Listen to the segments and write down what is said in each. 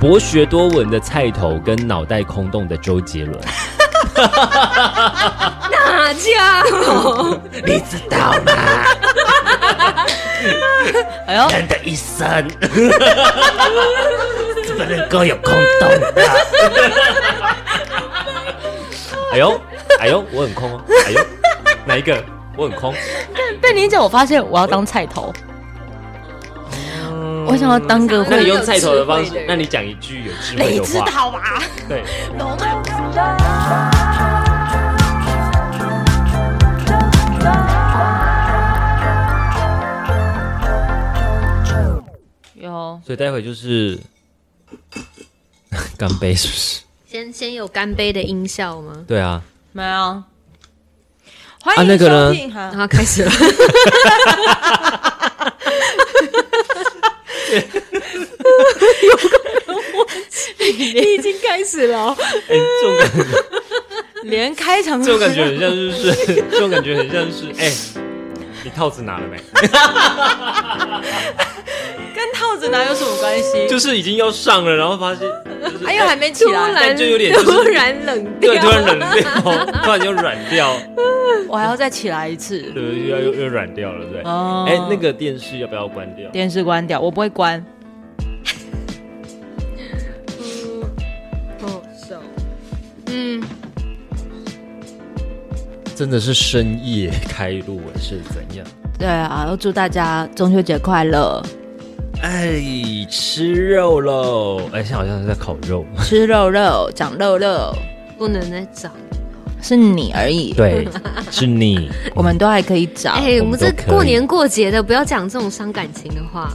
博学多闻的菜头跟脑袋空洞的周杰伦，哪家伙？ 你知道吗？哎呦，人的一生 怎么能够有空洞啊的？ 哎呦，哎呦，我很空哦！哎呦，哪一个？我很空。被你讲，我发现我要当菜头，我想要当个嗯那会你有用菜头的方有智慧式的，人那你讲一句有智慧你的知话。道吧？对，有所以待会就是 干杯，是不是？ 先先有干杯的音效吗？对啊，没有？啊欢那迎个呢收听哈然，后开始了，你已经开始 了，哎、这种感连开场这种感觉很像是是， 这种感觉很像是哎、你套子拿了没？跟套子哪有什么关系？就是已经要上了，然后发 现就是哎呦，还没起 突来，然就有点就是突然冷掉，对，啊突然冷掉，突然就软掉，我还要再起来一次。对，又又又软掉了，对。哦哎、那个电视要不要关掉？电视关掉，我不会关。哦，手，嗯，真的是深夜开录哎，是怎样？对啊，要祝大家中秋节快 乐，哎，吃肉喽！哎，现在好像是在烤肉。吃肉肉，长肉肉，不能再长。是你而已。，对，是你。 我们都还可以长。哎、啊我我们们都这可以过年过节的，不要讲这种伤感情的话。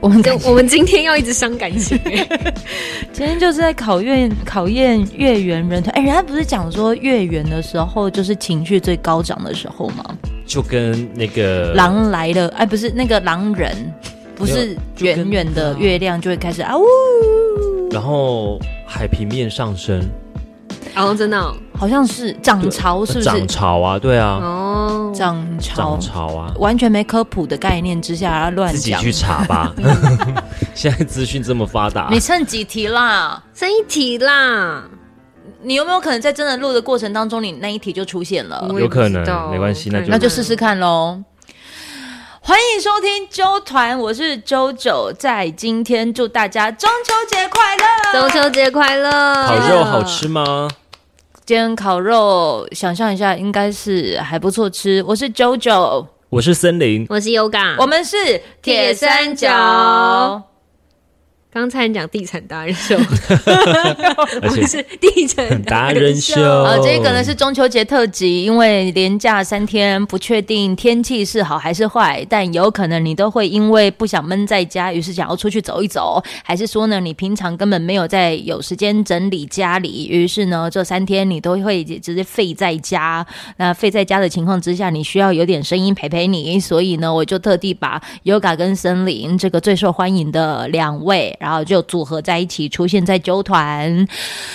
我们就就我们今天要一直伤感情、哎 今天就是在考验考验月圆人团。哎，人家不是讲说月圆的时候就是情绪最高涨的时候吗？就跟那个狼来了，哎，不是那个狼人，不是就跟圆圆的月亮就会开始啊呜，然后海平面上升， 哦，真的哦，好像是涨潮，是不涨是？潮啊，对啊，哦涨潮涨，潮啊，完全没科普的概念之下乱自己讲。去查吧。 现在资讯这么发达你，趁几题啦？这一题啦，你有没有可能在真的录的过程当中，你那一题就出现了？我也呃有可能不知道没关系那就那就试试。看喽。欢迎收听周团，我是周九，在今天祝大家中秋节快乐！中秋节快乐！烤肉好吃吗？今天烤肉，想象一下，应该是还不错吃。我是周九，我是森林，我是 Yoga，我们是铁三角刚才你讲地产达人秀， 而 我且是地产达人秀。 呃，这个呢是中秋节特辑，因为连假三天，不确定天气是好还是坏，但有可能你都会因为不想闷在家，于是想要出去走一走，还是说呢，你平常根本没有在有时间整理家里，于是呢，这三天你都会直接废在家。那废在家的情况之下，你需要有点声音陪陪你，所以呢，我就特地把 Yoga 跟森林这个最受欢迎的两位，然后就组合在一起出现在纠团。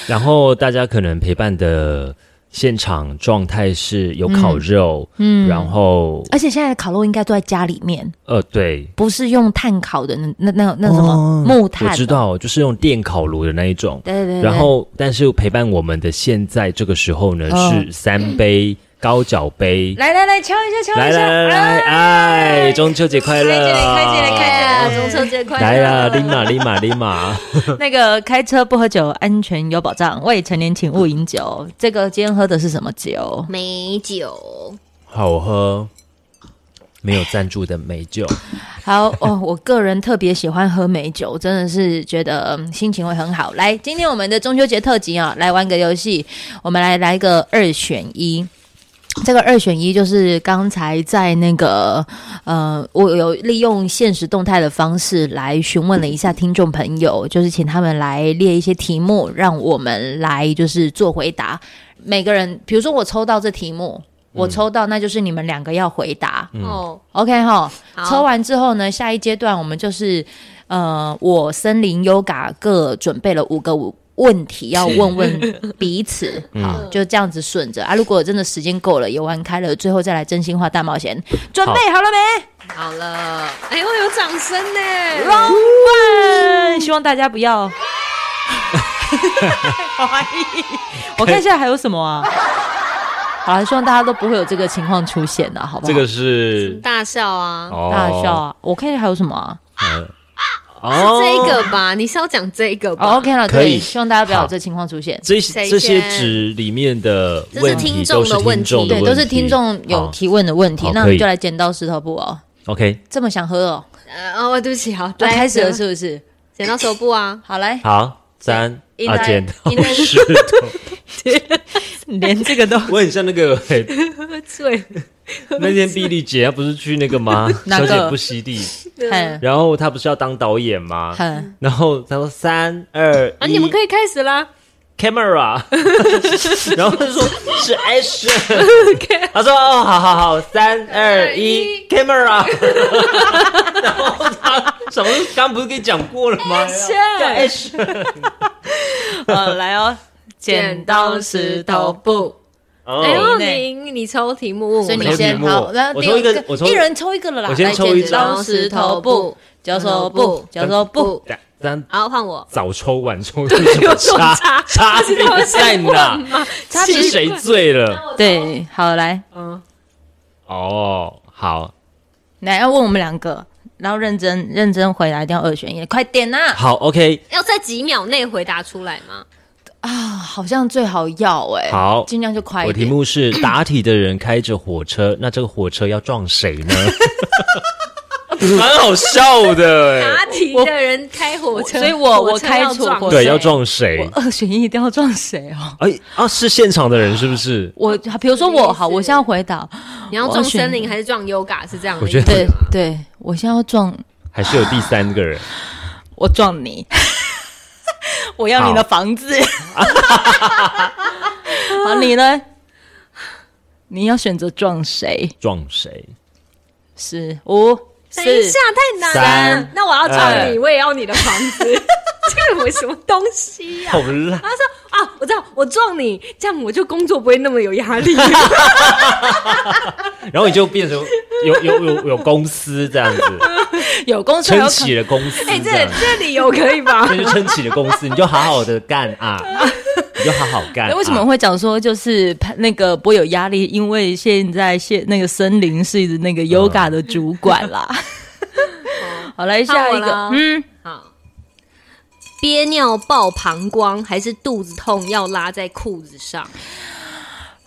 然后大家可能陪伴的现场状态是有烤肉，嗯，然后而且现在的烤肉应该都在家里面。呃，对，不是用炭烤的那那那那什么、木炭，我知。道，就是用电烤炉的那一种。对对对，然后，但是陪伴我们的现在这个时候呢，嗯是三杯哦高脚杯。来来来敲一下敲来一下，啊来来来，哎，中秋节快乐！开起来开起来中秋节快乐！来啊啦，立马立马立马！那个开车不喝酒，安全有保障，未成年请勿饮酒。这个今天喝的是什么酒？美酒，好喝，没有赞助的美酒，好哦，我个人特别喜欢喝美酒，真的是觉得、嗯心情会很好。来，今天我们的中秋节特辑啊，来玩个游戏，我们来来个二选一。这个二选一就是刚才在那个呃，我有利用现实动态的方式来询问了一下听众朋友，就是请他们来列一些题目，让我们来就是做回答。每个人，比如说我抽到这题目，我抽到那就是你们两个要回答。哦， OK 哈，好抽完之后呢，下一阶段我们就是呃，我森林 Yoga 各准备了五个问题要问问 彼此，好，就这样子顺着啊。如果真的时间够了，也玩开了，最后再来真心话大冒险。准备好了没好了，哎，我有掌声呢。 ？Round One，希望大家不要好怀疑。我看一下还有什么啊？好了，希望大家都不会有这个情况出现啊的，好不好？这个是大笑啊，哦大笑啊！我看一下还有什么啊？是哦，这个吧？你是要讲这个吧？哦，OK 了，可以希望大家不要有好这情况出现。这谁这些先纸里面的这是问听题众都是的问听众题的对，问题，都是听众有好提问的问题，好那我可们以就来剪刀石头布哦。 OK，这么想喝哦，呃哦，对不起，好，就来呃开始了是不是？剪刀手布 啊，好来，好，三应啊，该剪刀应该 石头，连这个都我很像那个、 欸醉，那天碧丽姐她不是去那个吗？ 哪小个姐不惜地， 很然后她不是要当导演 吗？很然后她说三二一，啊，你们可以开始啦。 camera，然后她说是 action，她说哦，好好好，三二一 camera，然后她什么刚不是跟你讲过了吗 Action 要？action，呃来哦，剪刀石头布。哦哎呦，呢你你抽题目问我所以我你抽们，先题目好，那我抽一个第二我抽一人抽一个了啦。我先来抽一剪刀石头布，脚手布，脚手布，咱好换我。早抽晚抽有 什么差差差别在哪？差别是谁醉了？ 对，好来嗯，哦，好来要问我们两个，然后认真认真回答，一定要二选一，快点啊呐！好，OK，要在几秒内回答出来吗？啊好像最好要哎，好尽量就快一我题点。目是答题的人开着火车，那这个火车要撞谁呢？蛮好笑的哎、答题的人开火车，我所以我我火车开要除撞火对，谁要撞谁？二选一一定要撞谁哦？哎啊，是现场的人是不是？我比如说什么意我思好，我现在回答，你要我撞选森林还是撞 Yoga？是这样的我意觉思吗？得对对，我现在要撞还是有第三个人？我撞你， 我要你的房 子。好，你呢？你要选择撞谁？撞 谁？是五四等一下，太难了三。那我要撞你，二我也要你的房子， 这个我什么东西呀、好烂他！说啊，我知道，我撞你，这样我就工作不会那么有 压力。然后你就变成有有有有公司这 样子，有公司有撑可起了公司哎、这样这。这理由可以吧？ 这就撑起了公司，你就好好的干啊， 你就好好干、啊。哎为什么会讲说就是那个不会有压力？因为现在现那个森林是那个 Yoga 的主管啦。嗯好，来下一换个，我啦嗯，哦好，憋尿爆膀胱，还是肚子痛要拉在裤子上？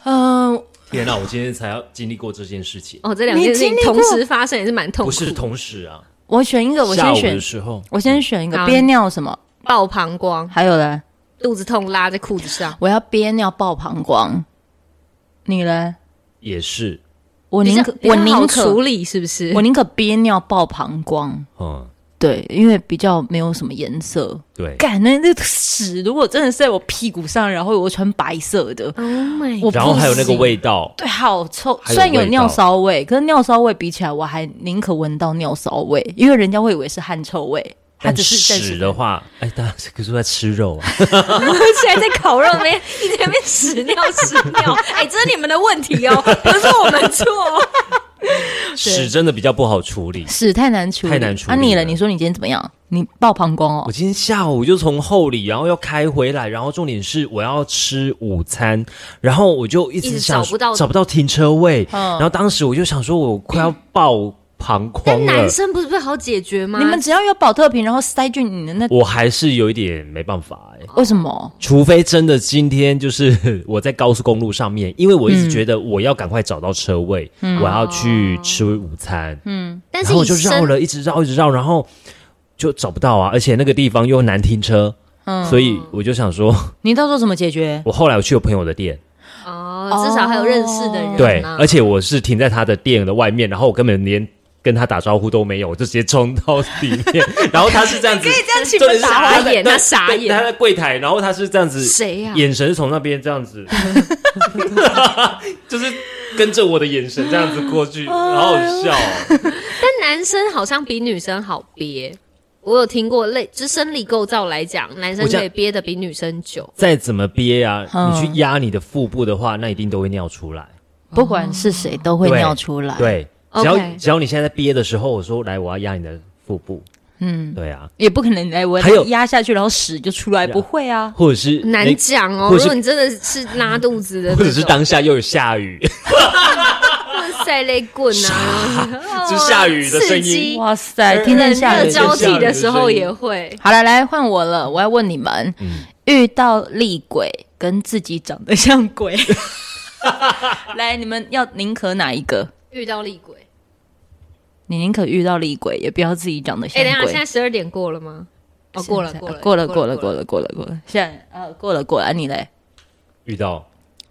呃，天哪！我今天才要经历过这件事情，哦，这两件事情你经历过同时发生也是蛮痛苦不的。是同时啊，我选一个，我下午先的选，时候，我先选一个好憋尿什么？爆膀胱，还有嘞，肚子痛拉在裤子上。我要憋尿爆膀胱。你嘞？也是，我比较宁可比较我好宁处可理是不是我？宁可憋尿爆膀胱，嗯，对，因为比较没有什么颜色。对。感那那个屎如果真的是在我屁股上，然后我穿白色的， Oh my，我然后还有那个不行，味道，对，好臭。还有虽然有味道尿骚味，可是尿骚味比起来，我还宁可闻到尿骚味，因为人家会以为是汗臭味，它但只是但屎是的话，哎，大家可是在吃肉 啊， 现在在烤肉没？一直在那边屎尿屎尿，哎、这是你们的问题哦， 不是我们错哦、屎真的比较不好处理。屎太难处理，太难处啊，理你了了，你说你今天怎么样？你爆膀胱我哦，今天下午就从后里，然后要开回来，然后重点是我要吃午餐，然后我就一一直直想找不到找不到停车位，嗯然后当时我就想说，我快要爆膀胱但了男，生不是不好解决吗？你们只要有保特瓶，然后塞进你的那，我还是有一点没办法哎、为什么？除非真的今天就是我在高速公路上面，因为我一直觉得我要赶快找到车位，我要去吃午餐，嗯但然是后以我就绕身了，一直绕，一直绕，然后就找不到啊，而且那个地方又难停车，嗯所以我就想说，你到时候怎么解决？我后来我去我朋友的店，哦，至少还有认识的人、啊，对，而且我是停在他的店的外面，然后我根本连。跟他打招呼都没有，我就直接冲到里面，然后他是这样 子，这样岂重不点是是傻在眼？对他啊傻对他眼，在柜台，然后他是这样子，谁啊呀眼神是从那边这样子， 就是跟着我的眼神这样子过去，好好笑哦、但男生好像比女生好憋。我有听过类，就生理构造来讲，男生我讲可以憋得比女生久。再怎么憋啊，嗯你去压你的腹部的话，那一定都会尿出来。不管是谁都会对尿出来。，对，只要 OK 只要你现在在憋的时候，我说来，我要压你的腹部，嗯，对啊，也不可能来我还有压下去，然后屎就出来，对啊不会啊。或者是那难讲哦。或如者是果你真的是拉肚子的那种，或者是当下又有下雨，或者塞雷棍啊，就下雨的声音刺激哇塞，呃听冷见下热雨就交下替雨的的时候声音也会。好了，来换我了，我要问你们，嗯遇到厉鬼跟自己长得像鬼， 来，你们要宁可哪一个？遇到厉鬼。你宁可遇到厉鬼，也不要自己长得像哎、等一下，鬼现。在十二点过了吗？哦，过了，现在过了，过了，过了，过了。了，过了，过了。现在呃，过了，过了。啊你嘞，遇到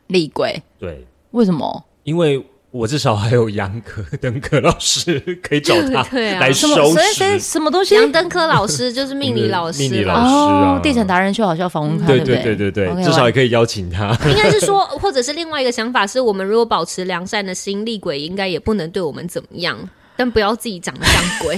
厉鬼对，为什么？因为我至少还有杨可登可老师可以找他对啊来什收么？所以所以拾。什么东西？杨登科老师 就是命理老师命理老啦，师啊哦，地产达人秀好像访问他，对不对对对哦对对， OK，至少完也可以邀请他。应该是说， 或者是另外一个想法是，我们如果保持良善的心，厉鬼应该也不能对我们怎么样，但不要自己长得像 鬼。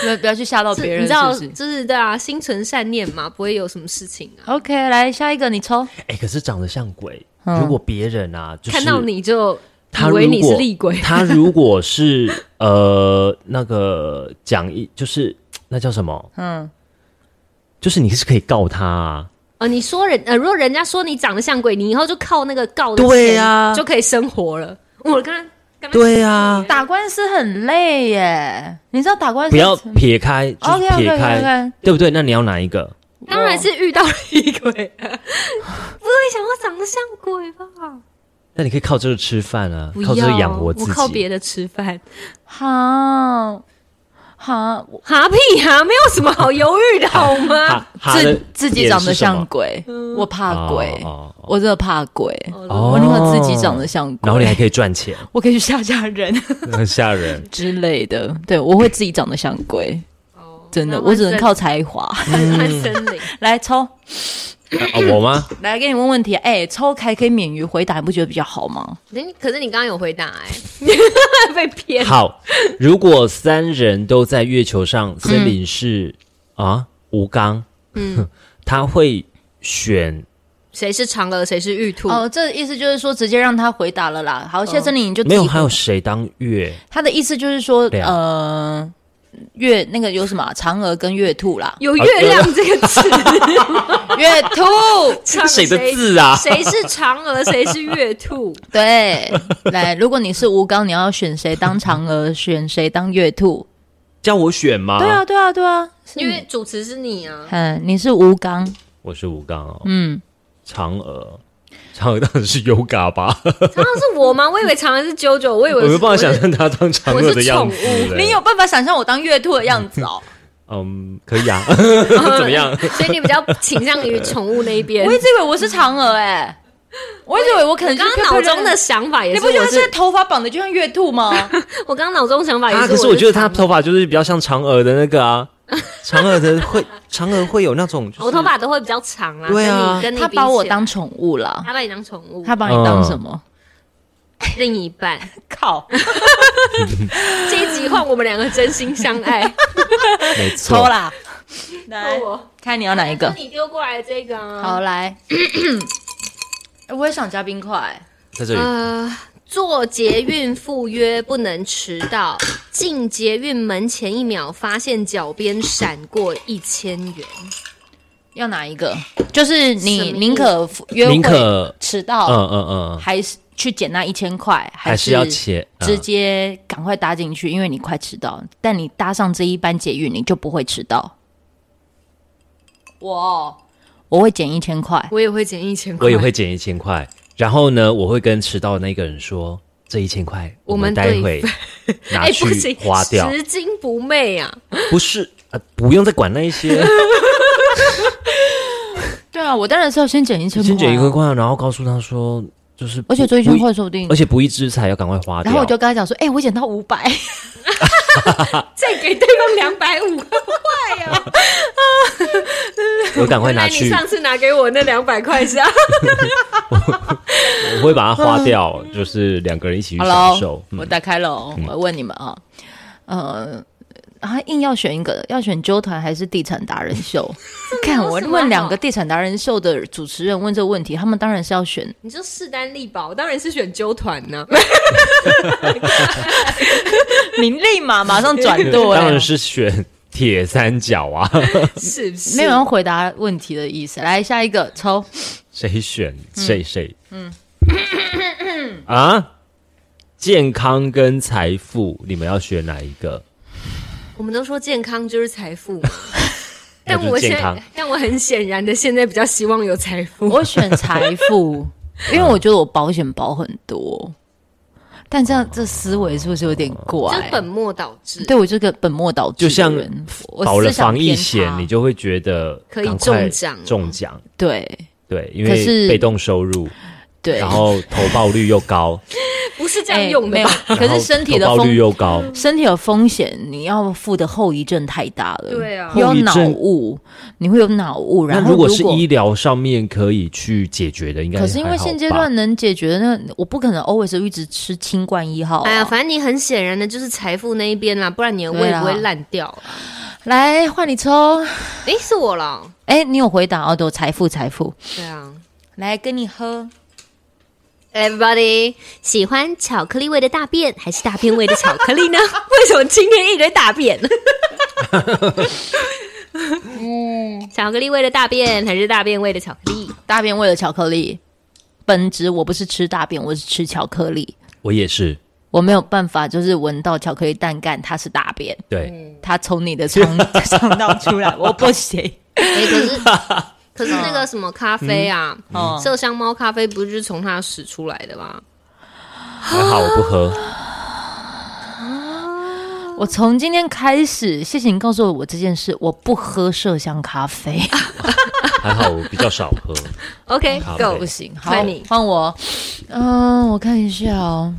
不要不要去吓到是哦别人，你知道，是不是就是对啊，心存善念嘛，不会有什么事情啊。 ？OK，来下一个，你抽。哎，可是长得像鬼，嗯如果别人啊，就是看到你就他以如为果你是厉鬼他如果是呃那个讲义，就是那叫什么？嗯，就是你是可以告他啊。哦，你说人呃，如果人家说你长得像鬼，你以后就靠那个告的对钱啊就可以生活了。我刚刚刚刚对啊，打官司很累耶，你知道打官司不要撇开，就是 OK OK 撇开， OK，对不对？那你要哪一个？当然是遇到厉鬼， 不哦会想要长得像鬼吧？那你可以靠这个吃饭啊不，靠这要，个养活自我靠别己。的吃饭，好好，我哈屁哈，没有什么好犹豫的好吗？哈哈的自自己长得像点鬼，我怕鬼，是什么哦哦我真的怕鬼，哦我宁可自己长得像然后你还鬼，可以赚钱，我可以去吓吓人很 吓人。之类的。对，我会自己长得像鬼，哦真的，那我只能森靠才华。 看嗯森林。来抽，啊，我吗？来给你问问题，哎，抽还可以免于回答，你不觉得比较好吗？你可是你刚刚有回答哎、 被骗。好，如果三人都在月球上，森林是嗯啊吴刚，嗯， 他会选谁是嫦娥，谁是玉兔？，哦，这意思就是说直接让他回答了啦。好，谢森林你就自没己有？回答还有谁当月？他的意思就是说，对啊呃，月那个有什么啊嫦娥跟月兔啦 有月亮这个 字，月兔 嫦谁的？字啊？谁是嫦娥，谁是月兔？对，来，如果你是吴刚，你要选谁当嫦娥，选谁当月兔？叫我选吗？对啊，，对啊，对啊，是因为主持是你啊，嗯，你是吴刚，我是吴刚哦，嗯，嫦娥，嫦娥当然是 Yoga 吧， 嫦娥是我吗？我以为嫦娥是九九，我以为我是没办法想我是象他当嫦娥的样子我是宠。对你有办法想象我当月兔的样子哦？嗯，可 以啊，怎么样？所以你比较倾向于宠物那一边我。一直以为我是嫦娥哎，我一直以为我可能刚是刚脑漂漂亮中的。想法也你是，不觉得我他现在头发绑的就像月兔吗？ 我刚刚脑中想法也啊，是。 可是我我觉得他是嫦头娥发就是比较像嫦娥的那个 啊，嫦娥的会，嫦娥会有那种，就是我哦头发都会比较长啦。对啊跟你跟你他比起来把我当宠物啦，他把你当宠物，他把嗯你当什么？ 另一 半。靠，这一集换我们两个真心相爱，没抽错， 啦！ 来，我看你要哪一个是？你丢过来的这个啊。好，来，哎 我也想加冰块。在这里呃，坐捷运赴约不能迟到， 进捷运门前一秒发现脚边闪过一千元，要哪一个？就是什么意你思宁可约宁会可，嗯迟到，嗯嗯，还是去捡那一千块，还是是要钱，嗯直接赶快搭进去，因为你快迟到。但你搭上这一班捷运，你就不会迟到。我哦我会捡一千块，我也会减一千块，我也会减一千块。然后呢，我会跟迟到的那个人说，这一千块我们们对待会拿 哎、不去行，花掉，拾金不昧啊！不是啊，不用再管那一 些，对啊，我当然是要先捡一千块、啊先减一千，块，然后告诉他说，就是不而且这一千，不块说不定而。且不义之财要赶快花掉。然后我就跟他讲说：“哎、我捡到五 百，再给对方两百五， 我赶快原拿来你去，上次拿给我那两百块 是啊，我会把它花 掉， 就是两个人一起去享受。我嗯打开了哦，我问你们啊，呃，啊，硬要选一个，要选纠团还是地产达人 秀？看有我什么问两好个地产达人秀的主持人问这个问题，他们当然是要选 你就势单力薄，当然是选纠团呢、名利嘛，马上转 舵、嗯当然是选铁三角 啊，是不是？没有人回答问题的意思。来下一个 抽，谁选谁谁？嗯嗯 啊，健康跟财富，你们要选哪一个？我们都说健康就是财富嘛， 那但就是我健现康在，但我很显然的，现在比较希望有财富。我选财 富，因为我觉得我保险保很多，但这样这思维是不是有点就怪？本末倒置，对我这个本末倒置就的像人，我保了思想防疫偏险，差你就会觉得可以赶快中奖哦中奖对对，因啊可为是被动收入，对，然后投报率又高，不是这哎样用的没有吧？， 可然后是身体的投报率风又高，身体有风险，你要付的后遗症太大了。对啊又哎有脑后遗症雾，你会有脑雾。然那后如如果是医疗上面可以去解决的，应该可是因为现阶还好吧段能解决的那，我不可能 always 一直吃清冠一号、啊。哎呀，反正你很显然的就是财富那一边啦，不然你的对胃啦不会烂掉啊。来换你抽。诶，是我了，哎、你有回答哦，都财富财富，对啊。来跟你喝。 Everybody 喜欢巧克力味的大便还是大便味的巧克力呢？ 为什么今天一堆大便？嗯，巧克力味的大便还是大便味的巧克 力？大便味的巧克力，本质我不是吃大便，我是吃巧克力。我也是，我没有办法，就是闻到巧克力蛋干，它是大便，对，它从你的 肠肠道出来，我不行。哎、可是可是那个什么咖啡啊，嗯哦麝香猫咖啡不是就是从它屎出来的吗？还好我不喝。 我从今天开始，谢谢你告诉我这件事，我不喝麝香咖啡，啊还好我比较少喝， OK，嗯咖啡 go，不行，好换你，换我，嗯、我看一下哦。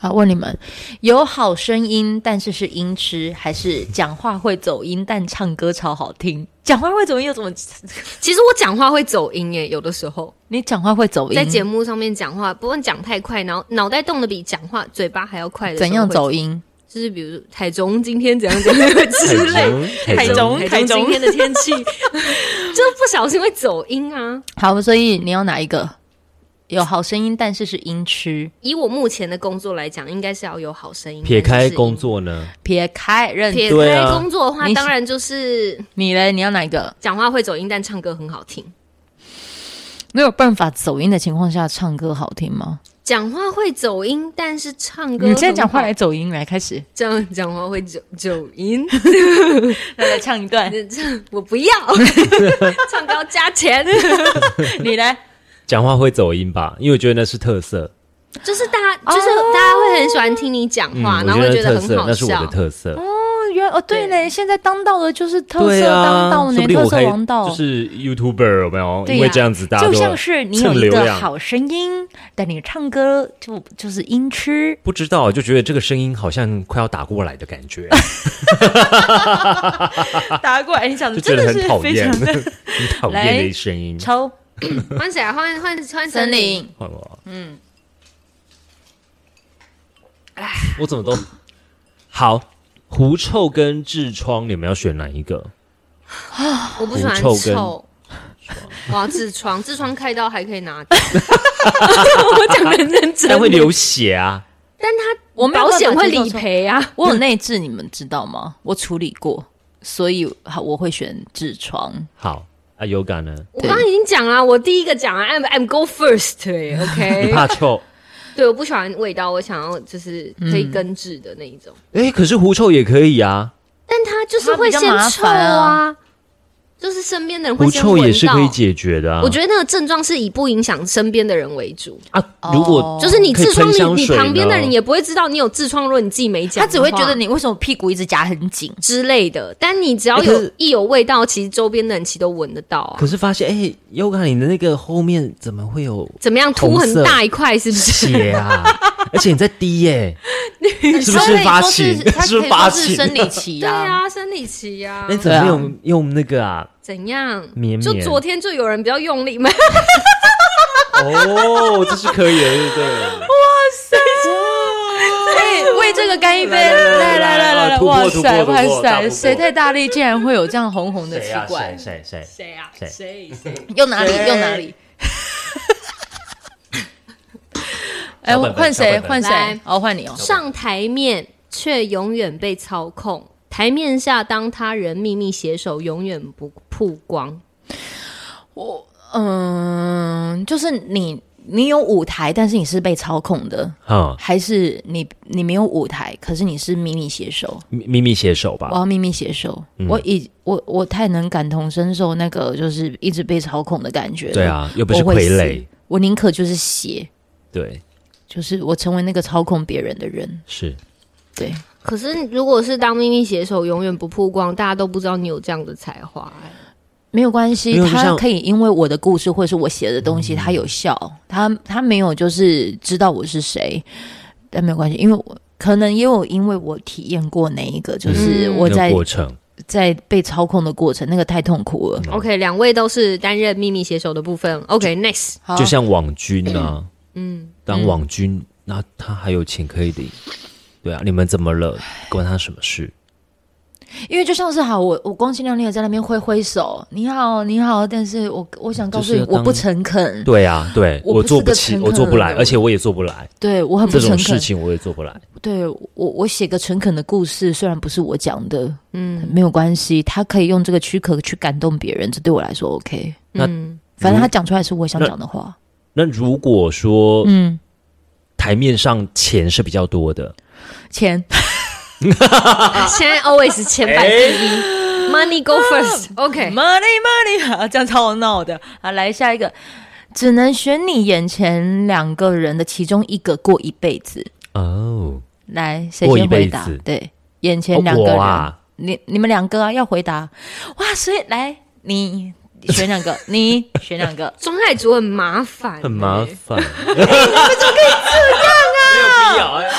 好，问你们，有好声音但是是音痴，还是讲话会走音但唱歌超好听？讲话会走音又怎么？其实我讲话会走音耶，有的时候你讲话会走音，在节目上面讲话，不论讲太快，然后脑袋动的比讲话嘴巴还要快的，怎样走？音？就是比如台中今天怎样怎样 之类。台台中台台中中今天的天 气， 就不小心会走音啊。好，所以你要哪一个？有好声音但是是音痴，以我目前的工作来讲，应该是要有好声音。撇开但是工，作呢，撇开认撇对开啊工作的话，你当然就是你嘞，你要哪一个？讲话会走音，但唱歌很好听。没有办法走音的情况下唱歌好听吗？讲话会走音，但是唱歌你现在讲话很好来走音来开始，这样讲话会走走音，来来唱一 段，这样我 不要，唱歌要加钱，你来。讲话会走音吧，因为我觉得那是特色，就是大家就是大家会很喜欢听你讲哦嗯，话，我然后会觉得觉特很色，好那是我的。笑特色，哦，原哦对嘞，现在当道的就是特对色当啊，道说呢，不定特我可色以王道就。是 YouTuber 有没有？对呀因为这样子大家就都像是你有蹭一流个量，好声音，但你唱歌就就是音痴。不知道就觉得这个声音好像快要打过来的感 觉，打过来，你讲啊就觉得很讨厌，的很讨厌的声音。抽换谁啊？换换换森森林。林，换我，嗯，我怎么都好。狐臭跟痔疮，你们要选哪一个？我不喜欢狐臭跟臭。我要痔疮，痔疮开刀还可以 拿掉。我讲的很认真，但哎会流血啊！我没有保办法险会接受理抽赔啊。我有内痔，你们知道吗？我处理过，所以好我会选痔疮。好啊，有感呢？我刚刚已经讲了，啊我第一个讲了，I'm I'm go first，哎你，OK。怕臭？对，我不喜欢味道，我想要就是可嗯以根治的那一种。哎，可是狐臭也可以啊，但他就是会先它比较臭麻烦啊啊，就是身边的人会狐先闻臭到。也是可以解决的啊。我觉得那个症状是以不影响身边的人为主，啊，如果哦就是你可以痔疮，喷香你你水旁边的呢人也不会知道你有痔疮，如果你自己没讲他的话，只会觉得你为什么屁股一直夹很紧。之类的。但你只要欸可有是一有味道，其实周边的人其实都闻得到啊可。是发现哎，优卡你的那个后面怎么会有怎么样，凸红很色大一块，是不是？血 啊？而且你在滴耶， 是不他可以发说情？他可不以说发是情？生理期对呀、 啊，生理期呀、那怎么没有用那个啊？怎样？哎绵绵就昨天就有人比较用力嘛，哦，这是可以的，对不对？为为这个干一杯，来来来来来来来来来，突破哇突破塞突破哇大突塞，破谁太大力竟然会有这样红红的谁奇呀？怪谁？谁谁？谁啊？谁谁？又哪里又 哪里？哎，小本本换谁小本本换谁来？哦，换你哦。上台面却永远被操控，台面下当他人秘密携手，永远不曝光。我嗯，就是你，你有舞台，但是你是被操控的，嗯，还是你你没有舞台，可是你是秘密写手？秘秘密写手吧我。要秘密写手，嗯我已我我太能感同身受那个就是一直被操控的感觉。对，啊，又我不是会傀死儡。，我宁可就是写，对，就是我成为那个操控别人的人。是对，可是如果是当秘密写手，永远不曝光，大家都不知道你有这样的才华、哎没有关系没有，就他像嗯可以因为我的故事或是我写的东西，他有效，他他没有就是知道我是谁，但没有关系，因为我可能也有因为我体验过那一个，就是嗯我那个在、过程。在被操控的过程，那个太痛苦了。 OK，两位都是担任秘密写手的部分。OK，Next，、好就像网军啊，嗯，当网军，那他还有钱可以领。对啊，你们怎么了？关他什么事？因为就像是好，我我光鲜亮丽的在那边挥挥手，你好你好，但是我我想告诉你就是要，当我不诚恳，对啊，对我不是做不个起，诚我做不恳的来，而且我也做不来对我很不这诚种事恳。情，我也做不来。对我，我写个诚恳的故事，虽然不是我讲的，嗯，没有关系，他可以用这个躯壳去感动别人，这对我来说 OK。那嗯，反正他讲出来是我想讲的话，那如果说嗯，台面上钱是比较多的，钱现在 always 前百第一、m o n e y go first。OK， money money 啊，这样超闹的啊！来下一个，只能选你眼前两个人的其中一个过一辈子。哦，来，谁过一先回辈答子？对，眼前两个我人，啊，你你们两个啊，要回答哇！所以来，你选 两个，你选两个。中泰族很麻烦、很麻哎 烦。啊你们怎么可以这样啊？没有必要哎。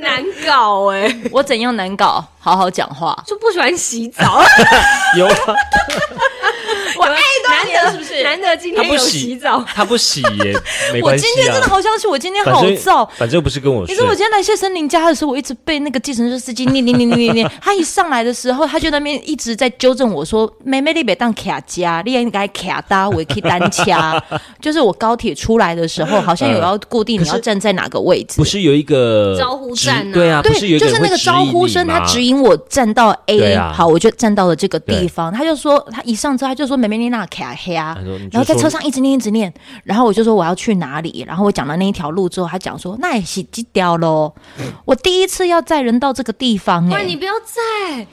难搞哎、我怎样难搞？好好讲话。就不喜欢洗 澡。有啊，我爱难得是不是？难得今他天不有洗洗澡，他不洗 也没我关系今天真的啊。好像是我今天反好正燥。反正又不是跟我你睡知道。我今天来谢森林家的时候，我一直被那个计程车司机念念念念念念。他一上来的时候，他就在那边一直在纠正我说：“妹妹，你别当卡家，你也应该卡搭，我也可以单掐。”就是我高铁出来的时候，好嗯像有要固定你要站在哪个位置不。是有一个招呼站啊指对啊，不是有对，一个就人是那个会指引招呼你声，他吗指引我站到 A，、对啊好，我就站到了这个地方。他就说，他一上车他就说：“妹妹，你那卡黑啊他。说你就然后在说车上一直念一直念，然后我就说我要去哪里，然后我讲了那一条路之后，他讲说那也是几条喽，我第一次要载人到这个地方哎、喂，你不要在。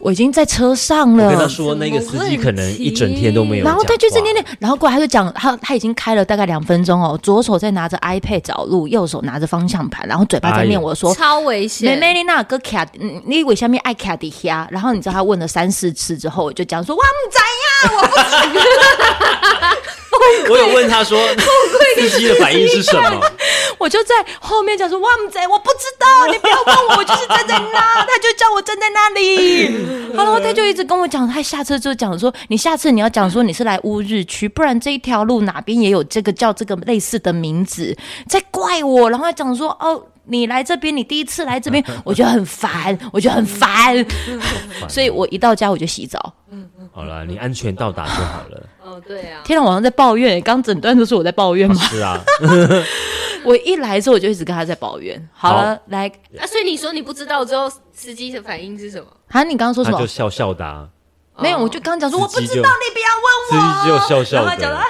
我已经在车上我跟他了，说，什么那个司机可能一整天都没有然讲后话。他就是念念，然后过来他就讲他他已经开了大概两分钟哦，左手在拿着 iPad 找路，右手拿着方向盘，然后嘴巴在哎念呦我说。超危妹险。妹，你那个卡，嗯你为下面爱卡底下？然后你知道他问了三四次之后，我就讲说哇，唔知 我有问他说，司机的反应是什么？我就在后面讲说哇，唔知，我不知道，你不要问我，我就是站在 那，他就叫我站在那里。 然后他就一直跟我讲，他下车就讲说，你下次你要讲说你是来乌日区，不然这一条路哪边也有这个叫这个类似的名字，在怪我。然后他讲说哦。你来这边，你第一次来这边，我觉得很烦，我觉得很烦，所以我一到家我就洗澡。好了，你安全到达就好 了。哦，对啊，天哪，我好像在抱怨，刚整段都是我在抱怨吗？是啊， 我一来之后我就一直跟他在抱怨。好了，来，啊，所以你说你不知道之后，司机的反应是什么？啊，你刚刚说什他么就？笑笑的啊，没有，我就刚讲说我不司机知就道，你不司要问我。机就笑笑然后他讲的了。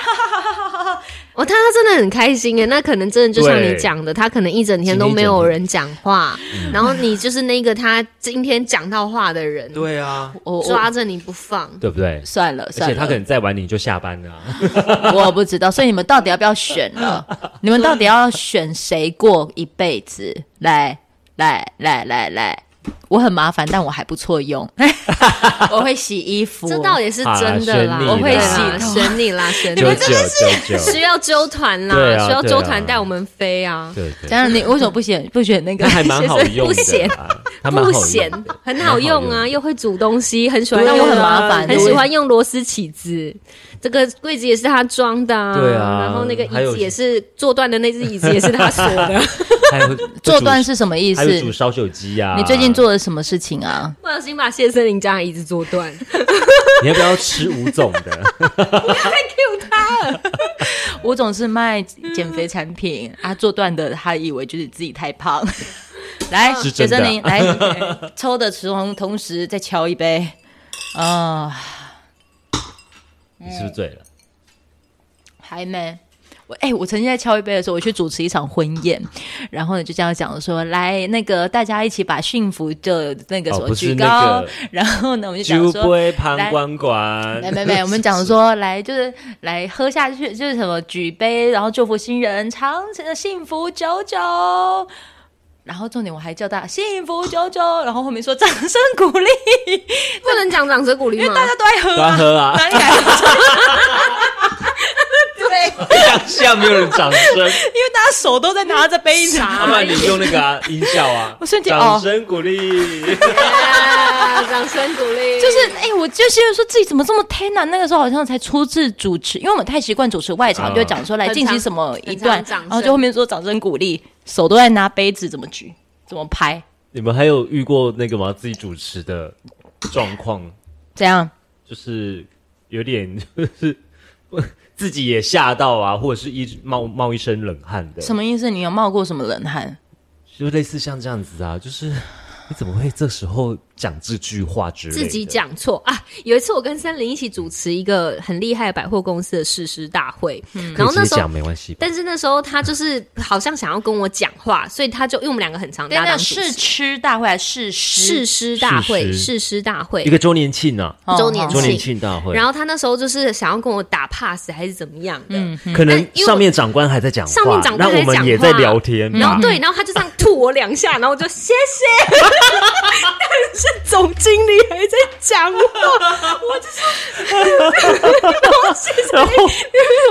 哦，他他真的很开心耶，欸那可能真的就像对你讲的，他可能一整天都没有人讲话，然后你就是那个他今天讲到话的人，对啊，我我抓着你不放。对不对？算了而算且他可了，能再晚你就下班了啊。我不知道，所以你们到底要不要选 了？你们到底要选谁过一辈子？来来来来来，我很麻烦，但我还不错 用。我会洗衣服，这倒也是真的啦，啊选你啦我会 洗，对选你啦，选你九九九九，需要揪团啦，对啊需要对啊揪团带我们飞啊，对当对，然你为什么不选不选那个那？还蛮好用不的咸啦，还蛮好不用咸的，很好用啊，又会煮东西，很喜欢对啊用，我很麻烦很喜欢用螺丝起子。这个柜子也是他装的、啊，对啊然后那个椅还有子也是坐断的，那只椅子也是他锁 的。还有做断是什么意思还？有煮烧酒鸡呀、啊。你最近做了什么事情啊？不小心把谢森林家的椅子坐断，你要不要吃吴总 的？我总是卖减肥产品啊，做断的他以为就是自己太 胖。来，是学真的啊生您来 抽的时候，同时再敲一杯。啊、你是不是醉了？还没。我哎、我曾经在敲一杯的时候，我去主持一场婚宴，然后呢就这样讲说，来那个大家一起把幸福的那个哦什么不是嗯举那高，个然后呢我们就讲酒说，杯旁观观 没，没没，我们讲说来就是来喝下去，就是什么举杯，然后祝福新人长长幸福久久。然后重点我还叫大家幸福久久，然后后面说掌声鼓励， 不能讲掌声鼓励因为吗？大家都爱喝嗯都要啊，喝啊！哪里来的 掌声？对，当下没有人掌声，因为大家手都在拿着杯子，要不然你用那个、啊、音效啊，我瞬间哦掌声鼓励。 啊掌声鼓励，就是哎、我就觉得说自己怎么这么天呐、那个时候好像才初次主持，因为我们太习惯主持外场，嗯就会讲说来很进行常什么一很段常，掌然后就声后面说掌声鼓励，手都在拿杯子怎么举，怎么拍，你们还有遇过那个吗？自己主持的状况，这样就是有点 就是自己也吓到啊，或者是一直冒冒一身冷汗的，什么意思？你有冒过什么冷汗？就类似像这样子啊，就是你怎么会这时候讲这句话之类的？自己讲错啊！有一次我跟森林一起主持一个很厉害的百货公司的誓师大会，嗯可以然后那直接时候讲没关系吧，但是那时候他就是好像想要跟我讲话，所以他就因为我们两个很常搭那档主持试吃大会还是誓试师大会，誓师誓师大会一个周年庆啊，周年周庆年庆大会，哦然后他那时候就是想要跟我打 pass 还是怎么样的，可能嗯但因为上面长官还在讲话，上面长官那我们也在聊天，嗯然后对，然后 他就这样吐我两下，然后我就谢谢。 但是总经理还在讲我，我就是，然后谢谢然后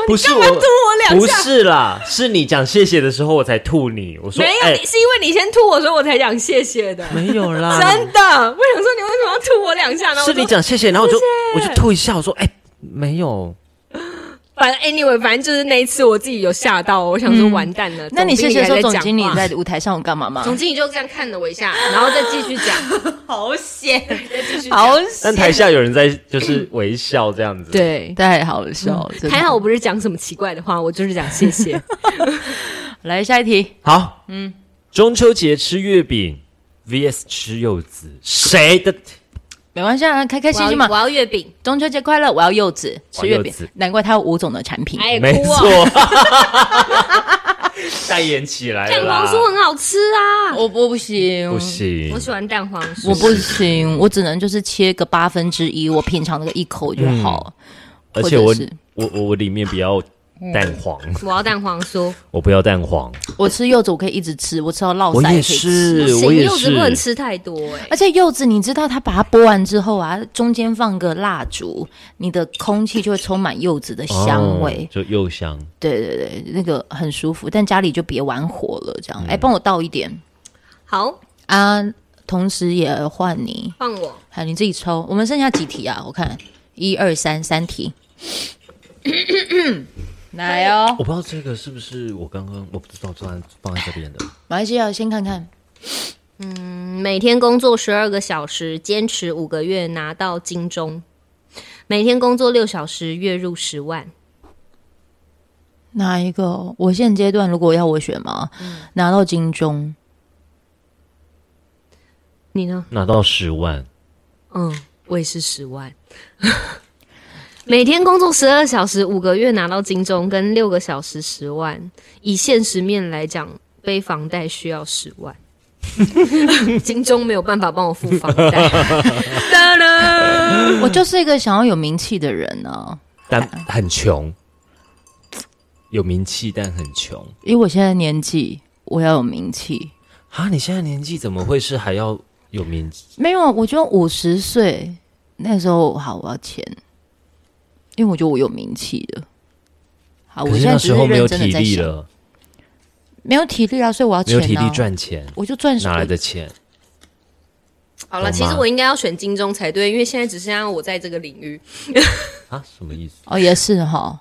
不是我干嘛吐我两下不是啦，是你讲谢谢的时候我才吐你，我说没有，哎你是因为你先吐我，所以我才讲谢谢的。没有啦，啊真的，我想说你为什么要吐我两下？然后我是就你讲谢谢，然后我就我就吐一下，我说哎没有，反正 anyway，反正就是那一次我自己有吓到，我想说完蛋了。嗯那你谢谢还说总讲经理话在舞台上有干嘛吗？总经理就这样看了我一下，然后再继续讲，好险，再继续讲。 好但险，台下有人在就是微笑这样子，，对，太好笑了，真的还嗯好我不是讲什么奇怪的话，我就是讲谢 谢。来下一题，好，嗯，中秋节吃月饼 vs 吃柚子，谁的没关系啊，开开我心心要嘛我。要月饼，中秋节快乐！我要柚子，我要吃月柚饼子，难怪它有五种的产品。哎，没哭啊！错，代言起来了蛋啦黄，酥很好吃啊， 我不不行，不行我，喜欢蛋黄酥。我不行，我只能就是切个八分之一，我品尝那个一口就好。嗯而且我或者是我我我里面不要蛋黄，我要蛋黄酥，我不要蛋黄，我吃柚子我可以一直吃，我吃到落我也腮也可以吃。是，不我行，也柚子是不能吃太多哎。而且柚子，你知道它把它剥完之后啊，中间放个蜡烛，你的空气就会充满柚子的香味哦。就柚香。对对对，那个很舒服。但家里就别玩火了，这样。哎、帮我倒一点好，啊，同时也换你。换我。好，你自己抽。我们剩下几题啊？我看一二三三题。来哦，我不知道这个是不是我刚刚我不知道放在放在这边的，马来西亚先看看。每天工作十二个小时，坚持五个月拿到金钟。每天工作六小时，月入十万。哪一个？我现阶段如果要我选嘛，拿到金钟，你呢？拿到十万，嗯，我也是十万。 每天工作十二小时，五个月拿到金钟，跟六个小时十万。以现实面来讲，背房贷需要十 万，金钟没有办法帮我付房 贷。当然，我就是一个想要有名气的人呢、啊。但很穷，有名气但很穷以我现在年纪，我要有名气。啊！你现在年纪怎么会是还要有面子，没有，啊我觉得五十岁那时候好，我要钱，因为我觉得我有名气了。好，啊我可是现在那只时是候没有认真的体在力想，了，没有体力啊，所以我要没钱、有啊，体力赚钱，我就赚哪来的钱？好了，懂其实吗我应该要选金钟才对，因为现在只剩下我在这个领域。啊，什么意思？哦，也是哈，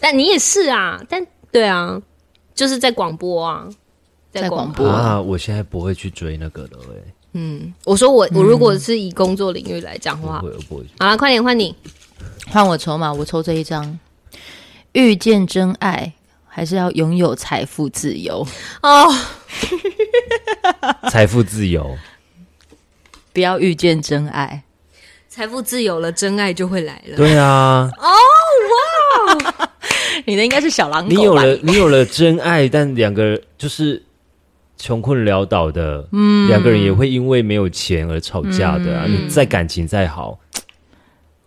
但你也是啊，但对啊，就是在广播啊，在广广播啊，我现在不会去追那个了、欸，嗯，我说我我如果是以工作领域来讲的不话，会，我不会去。好了，快点换你。换我筹码，我抽这一张，遇见真爱还是要拥有财富自由，哦，财富自 由，不要遇见真爱。 财富自由了，真爱就会来了。对啊，你的应该是小狼狗你吧？有了你有了真爱，但两个就是穷困潦倒的，嗯，两个人也会因为没有钱而吵架的、啊。嗯你再感情再好，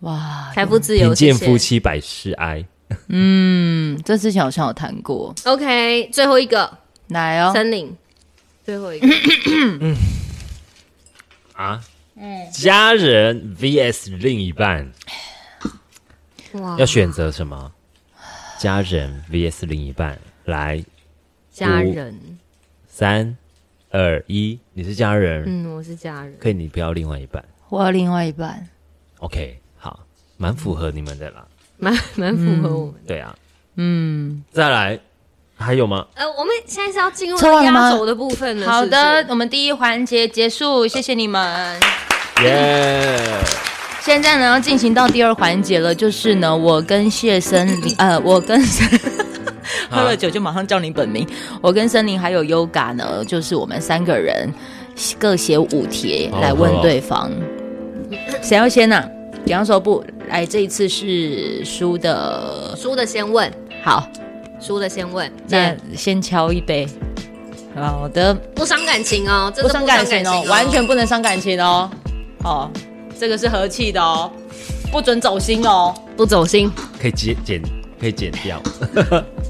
哇，财富自由，贫贱谢谢夫妻百事哀。嗯，这之前好像有谈过， OK，最后一个来哦，森林，最后一个啊，家人 VS 另一半，哇要选择什么？家人 VS 另一半，来，家人，三、二、一，你是家人，嗯，我是家 人，可以你不要另外一半我有另外一半， ，OK，好，蛮符合你们的啦。蛮蛮符合我们。对啊，嗯，再来，还有吗？呃，我们现在是要进入抽完了吗压轴的部分了。好是不的是，，我们第一环节结束，谢谢你们。耶、现在呢，要进行到第二环节了，就是呢，我跟谢森林，呃，我跟森喝了酒就马上叫你本名，我跟森林还有 Yoga 呢，就是我们三个人各写五题好来问好好对方，谁要先呢、啊？比方说不，来这一次是输的，输的先问，好，输的先问，那耶先敲一杯。好的，不伤感情哦，真的伤感情哦，完全不能伤感情哦。哦，这个是和气的哦，不准走心哦，不走心。可以剪剪，可以剪掉，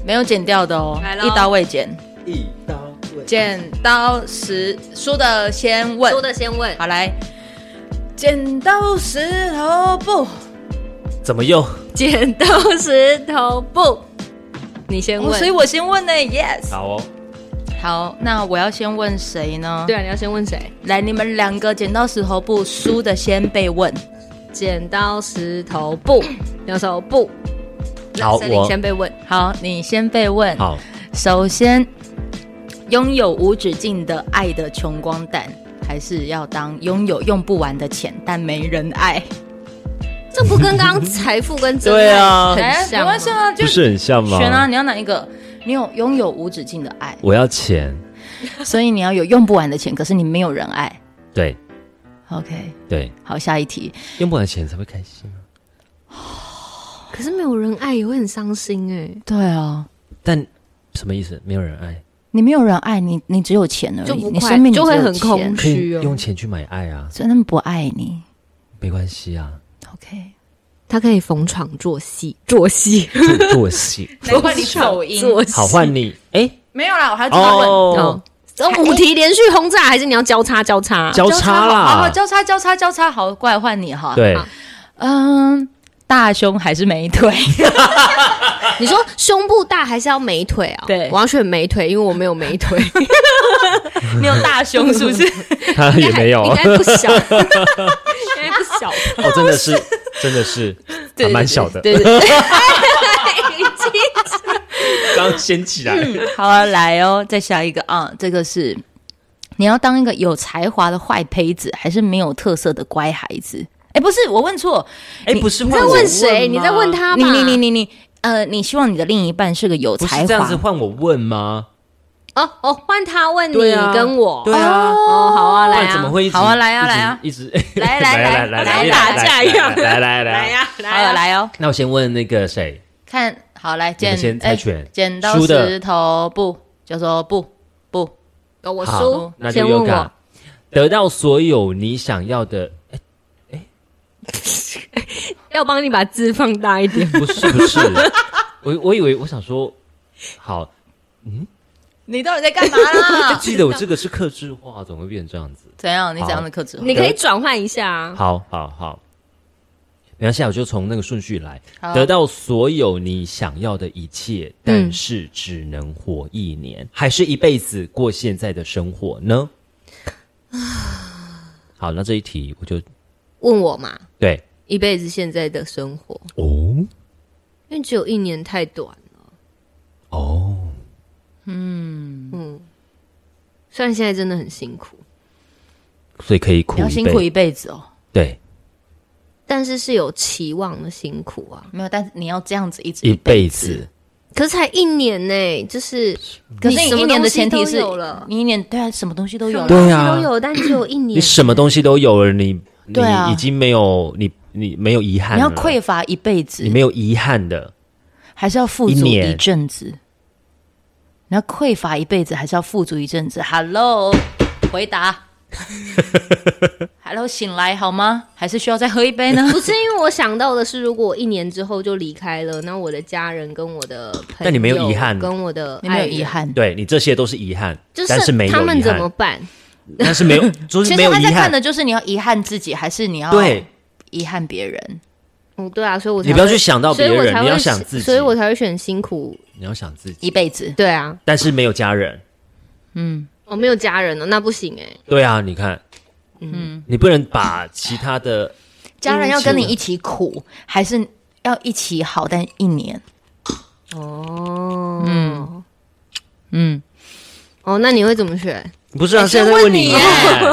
没有剪掉的哦来，咯一刀未剪。一刀未剪刀石，输的先问。输的先问，好来，剪刀石头布，怎么用？剪刀石头布，你先哦问。所以我先问呢，yes。好哦，好，那我要先问谁呢？对，啊，你要先问谁？来，你们两个剪刀石头布，输的先被问。剪刀石头 布，两手布。那好森林我先被问。好，你先被问。好，首先，拥有无止境的爱的穷光蛋，还是要当拥有用不完的钱但没人爱？这不跟刚刚财富跟 真对爱啊很没像吗关系啊，就不是很像吗？选啊！你要哪一个？你有拥有无止境的爱，我要钱，所以你要有用不完的钱，可是你没有人爱。对 OK，对，好，下一题。用不完钱才会开心啊。可是没有人爱也会很伤心哎、对啊，但什么意思？没有人爱，你没有人爱你，你只有钱而就已，不你快生命就会只有很钱空可以虚哦用钱去买爱啊，所以他们不爱你。没关系啊， OK，他可以逢场作戏，作 戏，做做戏。哎难怪你口音作戏好，换你，哎、没有啦，我还要问。哦哦，，这五题连续轰炸，还是你要交叉交叉？交叉好好好，啦，交叉交叉交叉，好，过来换你哈。，对，嗯，大胸还是美 腿？你说胸部大还是要美腿啊？对我要选美腿，因为我没有美腿，你有大胸是不 是？ 他也没有，应哦，该不 小，应该不小， 真的是，真的是，还蛮小的，对对对。哎刚掀起来，好啊，来哦，再下一个啊，这个是你要当一个有才华的坏胚子，还是没有特色的乖孩子？哎，不是，我问错，哎、你不是你换在我问谁？吗你在问他你吧？你你你你，呃，你希望你的另一半是个有不才是这样子华，换我问吗？哦哦，换他问你对啊跟我对啊，哦，好啊，不来然啊，怎么会一直好啊来啊一直来啊一直来来来来来来打架一样来来来来。呀，好啊，来哦，那我先问那个谁，看好来你剪们先猜哎拳，剪刀输的石头布，就说不不，哦我好输，那就先问 Yoga 我，得到所有你想要的，要帮你把字放 。大 一点不是不是，我我以为我想说，好，嗯，你到底在干嘛啦？记得我这个是克制化，怎么会变这样子？ 怎样？你怎样的克制化？你可以转换一下啊。好好好，没关系啊，我就从那个顺序来，好得到所有你想要的一切，但嗯是只能活一年，还是一辈子过现在的生活呢？好，那这一题我就问我嘛，对一辈子现在的生活，哦因为只有一年太短，哦，嗯虽然现在真的很辛苦，所以可以苦你要一辛苦辈，一辈子哦。对，但是是有期望的辛苦啊。没有，但是你要这样子一直一辈子。子。可是才一年呢、就是可是你你什么一年的东西前提都是有了，你一年对啊，什么东西都有对了。啊都有，但只有一年。你什么东西都有了，你你对啊已经没有你你没有遗憾你了，要匮乏一辈子你，没有遗憾的，还是要富一足年一阵子？你要匮乏一辈子，还是要富足一阵子？Hello，回 答。Hello，醒来好吗？还是需要再喝一杯 呢？不是因为我想到的是，如果我一年之后就离开了，那我的家人跟我的朋友，但你没有遗憾跟我的你没有爱人遗，憾，对你这些都是遗憾，就但是没有他们遗怎么憾，办？ 但是没有，就是其没实有他遗在看憾的。就是你要遗憾自己，还是你要对，遗憾别人？哦，对啊，所以我才你不要会去想到所别以我才人，会你要想自己，所以我才会选辛苦。你要想自己，一辈子对啊，但是没有家人。我、没有家人了，那不行哎、对啊，你看，嗯，你不能把其他的 家人要跟你一起苦，还是要一起好？但一年，哦，嗯，哦，那你会怎么选？不是啊，我现先在在问哎哎问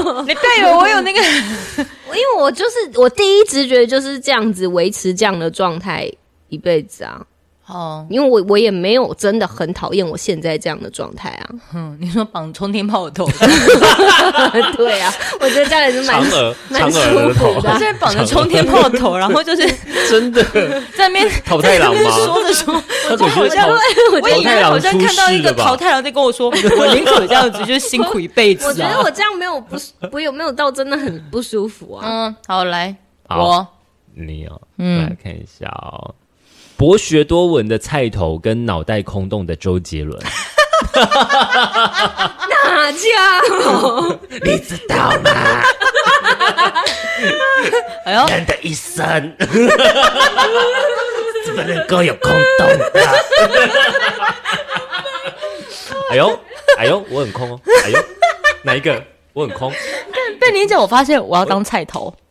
你嘛 你对我，我有那个，因为我就是我第一直觉就是这样子维持这样的状态一辈子啊， 哦，因为我我也没有真的很讨厌我现在这样的状态啊。 嗯，你说绑冲天炮的 头，对啊，我觉得家里是蛮嫦娥，蛮嫦舒娥的服头，的啊。在绑着冲天炮的头，然后 就是真的 在那边桃太 郎吗？说着说，他总觉得像桃我桃以太为郎好像看到一个出事了吧桃太郎在跟我说，我宁可这样子，就是辛苦一辈 我子觉得啊。我这样没有不舒，我有没有到真的很不舒服啊？嗯，好，来好我你哦，嗯来看一下哦。博学多闻的菜头跟脑袋空洞的周杰伦，哪家嗯伙？ 你知道吗？哎呦，人的一 生怎么能够有空洞啊的？哎呦，哎呦，我很空哦。哎呦，哪一个？我很 空。被你一讲，我发现我要当菜头。嗯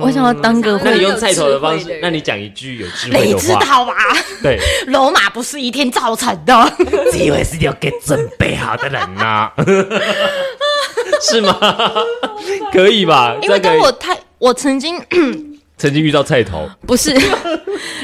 我想要当个那会你用菜头的方有智式慧的人，那你讲一句有智慧你的知话，道吧？啊对， 罗马不是一天造成 的。智慧是要给准备好的人呐、 是 吗？可以吧？因为这当样可我以太，我曾经 曾经遇到菜头，不是，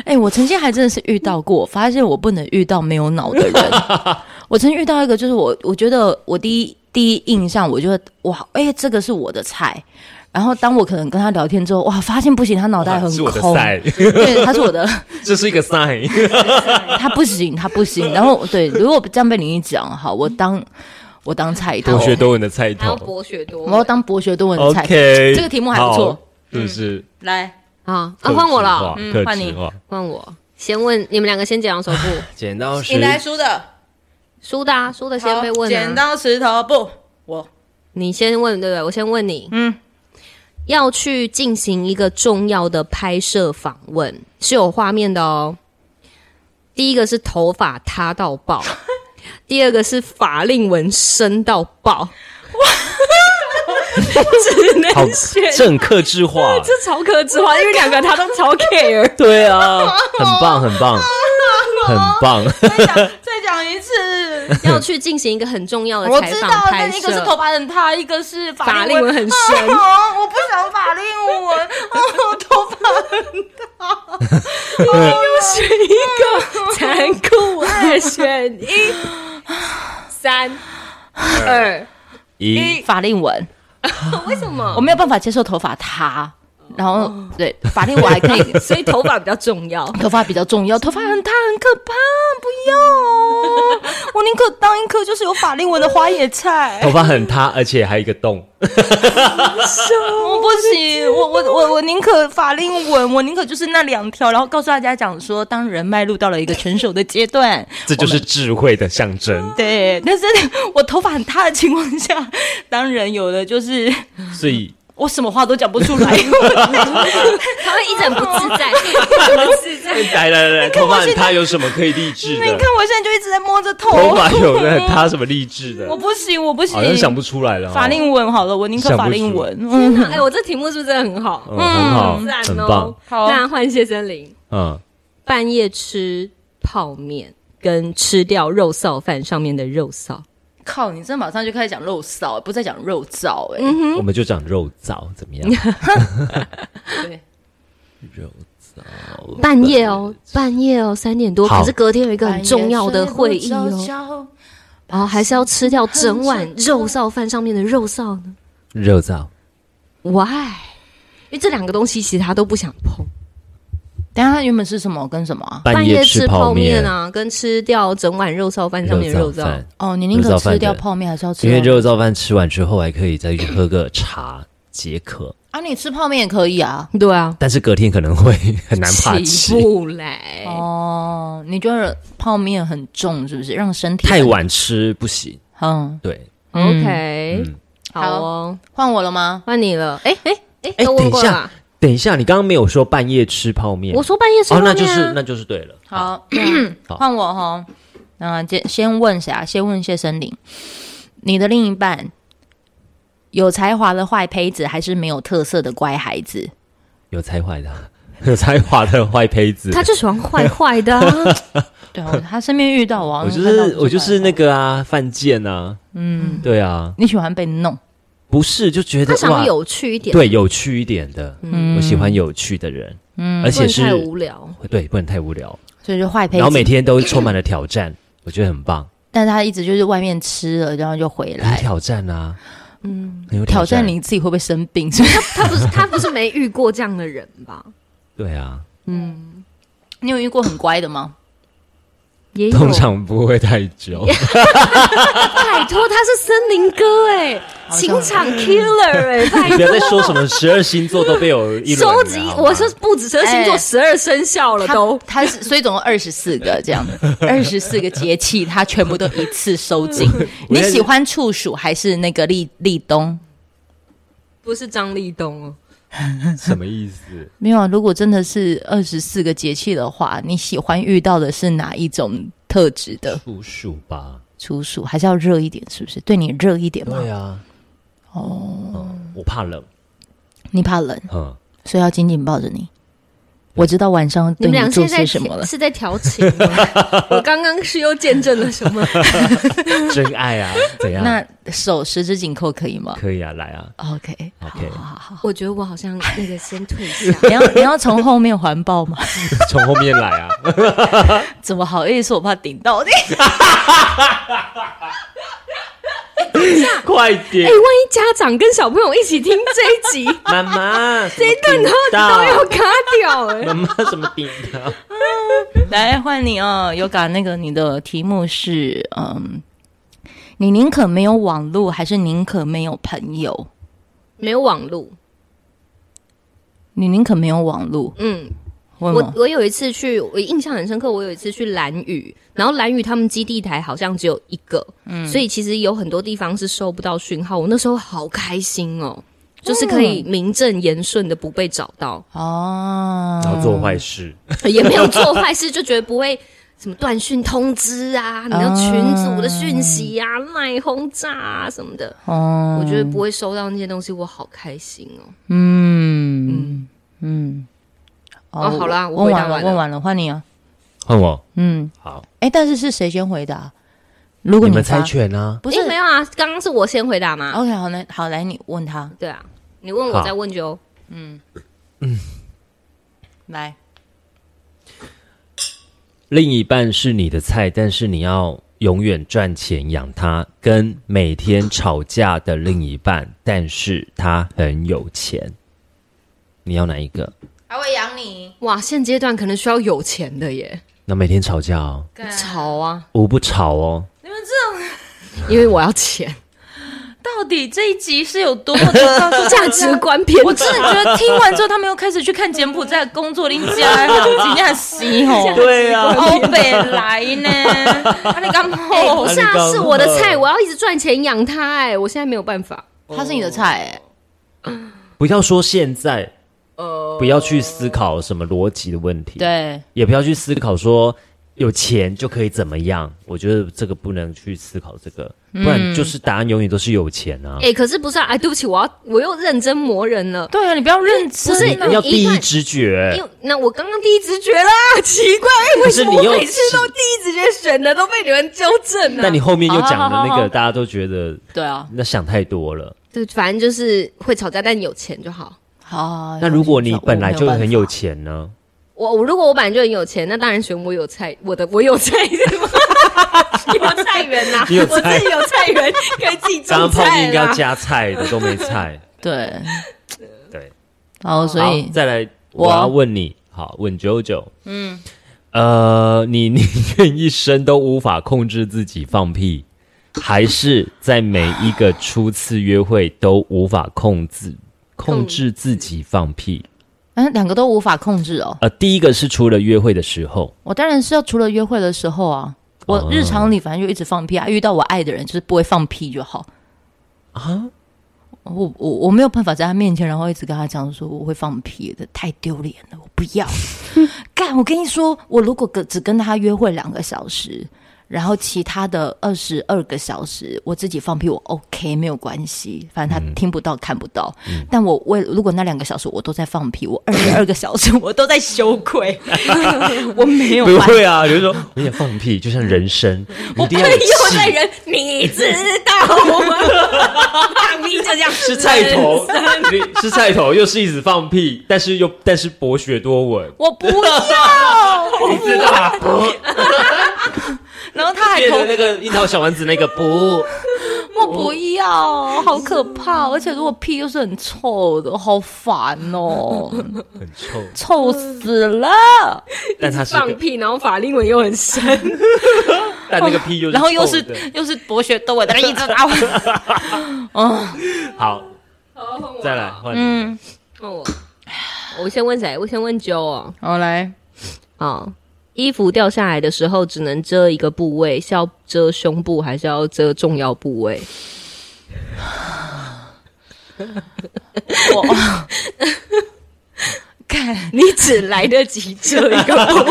哎、我曾经还真的是遇到过，我发现我不能遇到没有脑的人。 我曾经遇到一个，就是我，我觉得我第一第一印象，我觉得哇，哎、这个是我的菜。然后当我可能跟他聊天之后，哇，发现不行，他脑袋很是我的空，赛， 对，他是我的， 这是一个 sign。他不行，他不行。然后对，如果这样被你一讲，好，我当我当菜头博，学多闻的菜还要头博学多我要当博学多闻的菜头。 ，OK，这个题目还不错好，就是来，啊啊！换我了，嗯客换制你化换我。先问你们两个先讲 手部，剪刀石你来输的，输的啊，输的先被好问剪啊。刀石头布，我你先问对不对？我先问你，嗯。要去进行一个重要的拍摄访问，是有画面的哦。第一个是头发塌到 爆，第二个是法令纹深到爆，只好能选，这很克制化， 这超克制化，因为两个他都超 care。对 啊，很棒，很棒，很棒， 再讲 再讲一次。 要去进行一个很重要的我采知访道，拍但摄，一个是头发很塌，一个是法法令令纹很深哦， 我不想法令纹，哦，头发选一个， 残酷二选一，三二，咦， 法令纹， 为什么？，我没有办法接受头发塌。然后、对法令我还可 以所以头发比较重要。头发比较重要，头发很塌很可怕， 不要哦、我宁可当一颗就是有法令纹的花野菜。头发很塌，而且还有一个洞。我哦不行，我我我我宁可法令纹，我宁可就是那两条，然后告诉大家讲说，当人迈入到了一个成熟的阶段， 这就是智慧的象 征，对，但是我头发很塌的情况下，当然有的就是所以我什么话都讲不出 来。 他会一直很不自 在，不自在。 来来来，看头我发现在很塌有什么可以励志那你的看？我现在就一直在摸着头，头发有的很塌什么励志的 我？不行，我不行，好像想不出来了哦。法令纹好了，我宁可法令纹。嗯， 哎、我这题目是不是真的很好？嗯，很好，自然很哦棒。。好那换谢森林，嗯，半夜吃泡面跟吃掉肉臊饭上面的肉臊，靠，你这马上就开始讲肉臊，不再讲肉燥嗯哎、我们就讲肉燥怎么样？对，肉燥半夜哦，半夜哦，三点多，好可是隔天有一个很重要的会议哦，哦。然后还是要吃掉整碗肉臊饭上面的肉臊呢肉燥， ？Why？因为这两个东西其实他都不想碰，等一下，它原本是什么跟什么啊？半夜吃泡面，啊，跟吃掉整碗肉臊饭上面的肉肉臊，饭，哦，你宁可肉燥饭吃掉的泡面，还是要吃？啊因为肉燥饭吃完之后还可以再去喝个茶解渴，啊，你吃泡面也可以啊。对啊，但是隔天可能会 很难爬起起，不来。哦，你觉得泡面很重是不是？让身体太。晚吃不行。嗯，对，嗯 OK，、嗯好哦，换我了吗？换你了。哎哎哎，哎都等问一过下了吧。等一下，你刚刚没有说半夜吃泡面，我说半夜吃哦，那泡面啊就是那就是对了。好，嗯 好换我哈。那先先问谁啊？先问谢森林，你的另一半有才华的坏胚子，还是没有特色的乖孩子？有才华的，啊有才华的坏胚子。他就喜欢坏坏 的、啊，对哦，他身边遇到我，好我像就看到是我就是这那样个啊，犯贱啊，嗯，对啊，你喜欢被弄，不是就觉得他想要哇有趣一点，对有趣一点的，嗯，我喜欢，有趣的人，嗯而不能且是太无聊。对不能太无聊，所以就坏胚然后每子。天都充满了挑战，我觉得很棒，但是他一直就是外面吃了，然后就回很有来挑战啊，嗯，很有挑战战，你自己会不会生病？ 是不是他 不是他不是没遇过这样的人吧？对啊，你有遇过很乖的吗？也有，通常不会太久，拜托，他是森林哥哎、情场 killer 哎、 拜你托不要再说什么十二星座都被我一轮收了集好，吗我是不止十二星座哎十二生肖了他都。他是所以总共二十四个 这样，二十四个节气，他全部都一次收紧。 我你现在喜欢处暑还是那个立立冬？不是张立东啊哦，什么意思？没有啊，如果真的是二十四个节气的话，你喜欢遇到的是哪一种特质的处暑吧，处暑？还是要热一点，是不是？对你热一点吗对？啊，哦，我怕冷，你怕冷，嗯，所以要紧紧抱着你。我知道晚上你对们俩做现在些什么了。是在调情 吗？我刚刚是又见证了什么？真爱啊，怎样？那手十指紧扣可以吗可以啊，来啊？OK， ，OK，我觉得我好像那个先退 下。 你要你要从后面环抱吗？ 从后面来啊，怎么好意思？我怕顶到 你。快哎、点万，一家长跟小朋友一起听这 一集，妈妈，这一然后都要卡掉哎、 妈妈什么顶到？来换你哦，有感那个你的题目是嗯，你宁可没有网络，还是宁可没有朋友？ 没有网路，你宁可没有网络？嗯，问我吗？我有一次去，我印象很深刻。我有一次去蓝屿，然后蓝屿他们基地台好像只有一个，所以其实有很多地方是收不到讯号。我那时候好开心哦，就是可以名正言顺的不被找 到，哦，然后做坏事，也没有做坏事，就觉得不会什么断讯通知啊，你的群组的讯息啊、赖轰炸啊什么的，哦，我觉得不会收到那些东西，我好开心哦。嗯嗯。哦好啦我问回答完完了问完了，换你啊。换我，嗯，好，哎，但是是谁先回答？如果你们发猜拳啊，不诶是哦没有啊，刚刚是我先回答嘛。 OK，好来好来，你问他对啊，你问我好再问就来。另一半是你的菜，但是你要永远赚钱养他，跟每天吵架的另一半，但是他很有钱，你你要哪一个？他会养你，哇，现阶段可能需要有钱的耶，那每天吵架哦，吵啊，我不吵哦，因为我要钱，到底这一集是有多么 的价值观偏我真的觉得听完之后，他们又开始去看柬埔寨的工作，林家真的死 吼，对啊，好北来 呢，啊你干哎，不嘛？是啊你啊，搞是我的菜，什么我要一直赚钱养他，哎，我现在没有办法。啊他是你的菜哎，不要说现在，呃不要去思考什么逻辑的问题，，对，也不要去思考说有钱就可以怎么样，我觉得这个不能去思考这个，嗯不然就是答案永远都是有钱啊。哎、可是不是啊？哎，对不起，我要我又认真磨人了。对啊，你不要认真不是啊你要第一一段直觉因，为那我刚刚第一直觉啦， 奇怪，哎为什么可是你我又每次都第一直觉选的都被你们纠正呢、但你后面又讲好好的好那好个，大家都觉得对啊，那想太多了。对，反正就是会吵架，但有钱就好。好。那如果你本来就很有钱，钱呢？我我如果我本来就很有钱，那当然选我有菜，我的我有菜， 有菜园呐、你有我菜自己有菜园，可以自己刚刚种泡面菜应该要啦。 加菜的，都没菜。对对，然后所以好再来，我我要问你，好，问九九，嗯，呃，你宁愿一生都无法控制自己放屁，还是在每一个初次约会都无法控制控制自己放屁？嗯，两个都无法控制哦。呃，第一个是除了约会的时 候，我当然是要除了约会的时候啊，我日常里反正就一直放屁啊，遇到我爱的人就是不会放屁就好啊。我我我没有办法在他面前，然后一直跟他讲说我会放屁的，太丢脸了，我不要。 干，我跟你说，我如果跟只跟他约会两个小时，然后其他的二十二个小时我自己放屁，我 OK 没有关系，反正他听不到、看不到。但我为如果那两个小时我都在放屁，我二十二个小时我都在羞愧，我没有不办法。会啊，有人说你也放屁，就像人 生，你一定要有又在气，人，你知道吗？ 放屁就这样，是菜 头，你是菜头，又是一直放屁，但是又但是博学多闻，我不要。 你知道。然后他还变投成那个樱桃小丸子那个不，我不要，好可怕！而且如果屁又是很臭的，好烦 哦，很臭，臭死了。但它是放个，屁，然后法令纹又很深，但那个屁又是然后又臭是的又是博学多 闻的人一直打我。好，再来换你嗯，换我，哦我先问谁？我先问九哦。好来，哦，衣服掉下来的时候只能遮一个部位，是要遮胸部还是要遮重要部位？我看 你只来得及遮一个部位，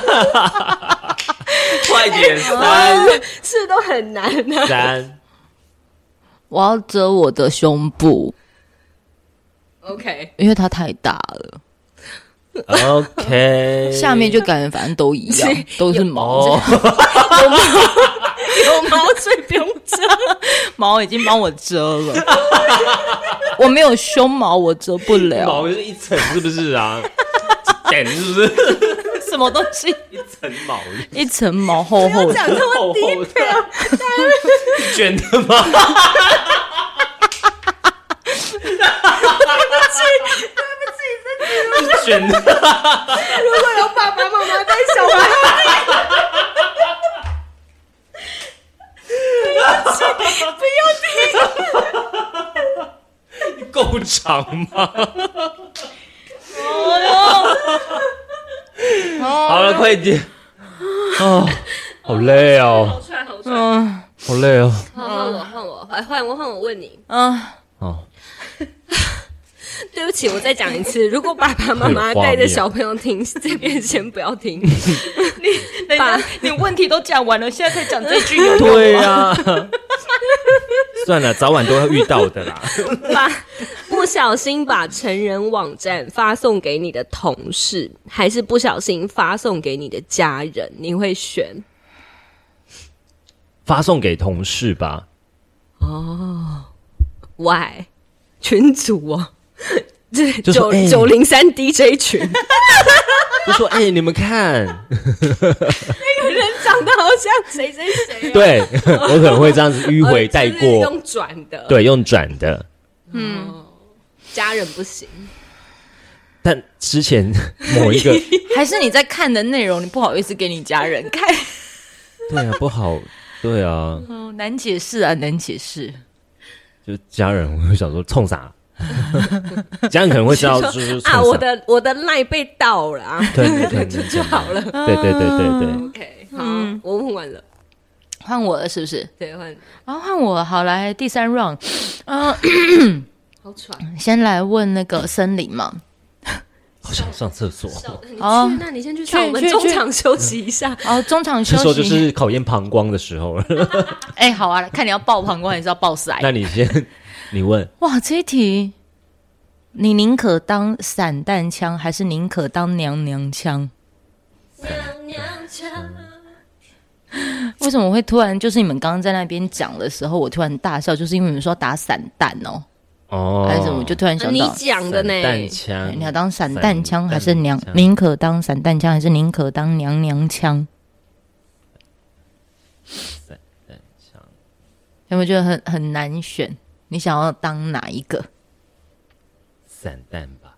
快点三是都很难啊。三，我要遮我的胸部， OK，因为它太大了， OK，下面就感觉反正都一 样，都是毛哦，，有毛所以不用遮。 毛已经帮我遮了。 我没有胸毛，我遮不了， 毛就是一层，是不是啊？点是不是什么东西一层毛？一层毛厚厚 的。厚厚的，卷的吗？对不起，对不起，是卷的。如果有爸爸妈妈带小孩，够长吗？好了，快点。哦，好累哦，出来好出来。嗯好累哦。换我，换我，哎，换我，换我问你。嗯。哦，对不起，我再讲一次。如果爸爸妈妈带着小朋友听，这边先不要听。等一下把，你问题都讲完了，现在才讲这句有用吗 对呀、算了，早晚都会遇到的啦。把不小心把成人网站发送给你的同事，还是不小心发送给你的家人，你会选？发送给同事吧， Why？群主哦，这就九说哎九零三 DJ 群，就说哎、你们看，有人长 长得好像谁谁谁、啊，对我可能会这样子迂回带哦就是过，用转的，，对，用转的。嗯，家人不行，但之前某一个，还是你在看的内容，你不好意思给你家人看，对啊，不好，对啊，哦，难解释啊，难解释。就家人，我就想说冲啥，家人可能会知道，就是冲啊，啥我的我的赖被盗 了、啊，对对对对就 好了。对对对对对， OK，好，嗯我问完了，换我了是不是？对，换然后换我好来第三 round，嗯、好喘，先来问那个森林嘛，好想上厕所，你哦去，那你先去上，去我们去中去场休息一下。哦，中场这休时候息，就是考验膀胱的时候了。哎、好啊，看你要爆膀胱还是要爆塞？那你 先，你问，哇，这一题，你宁可当散弹枪，还是宁可当娘娘腔？嗯啊为什么我会突然就是你们刚刚在那边讲的时候，我突然大笑，就是因为你们说打散弹哦，哦，还是什么，我就突然啊想你到。讲的呢？弹枪，哎你要当散弹枪还是娘？散弹枪宁可当散弹枪还是宁可当娘娘腔？有没有觉得很很难选？你想要当哪一个？散弹吧，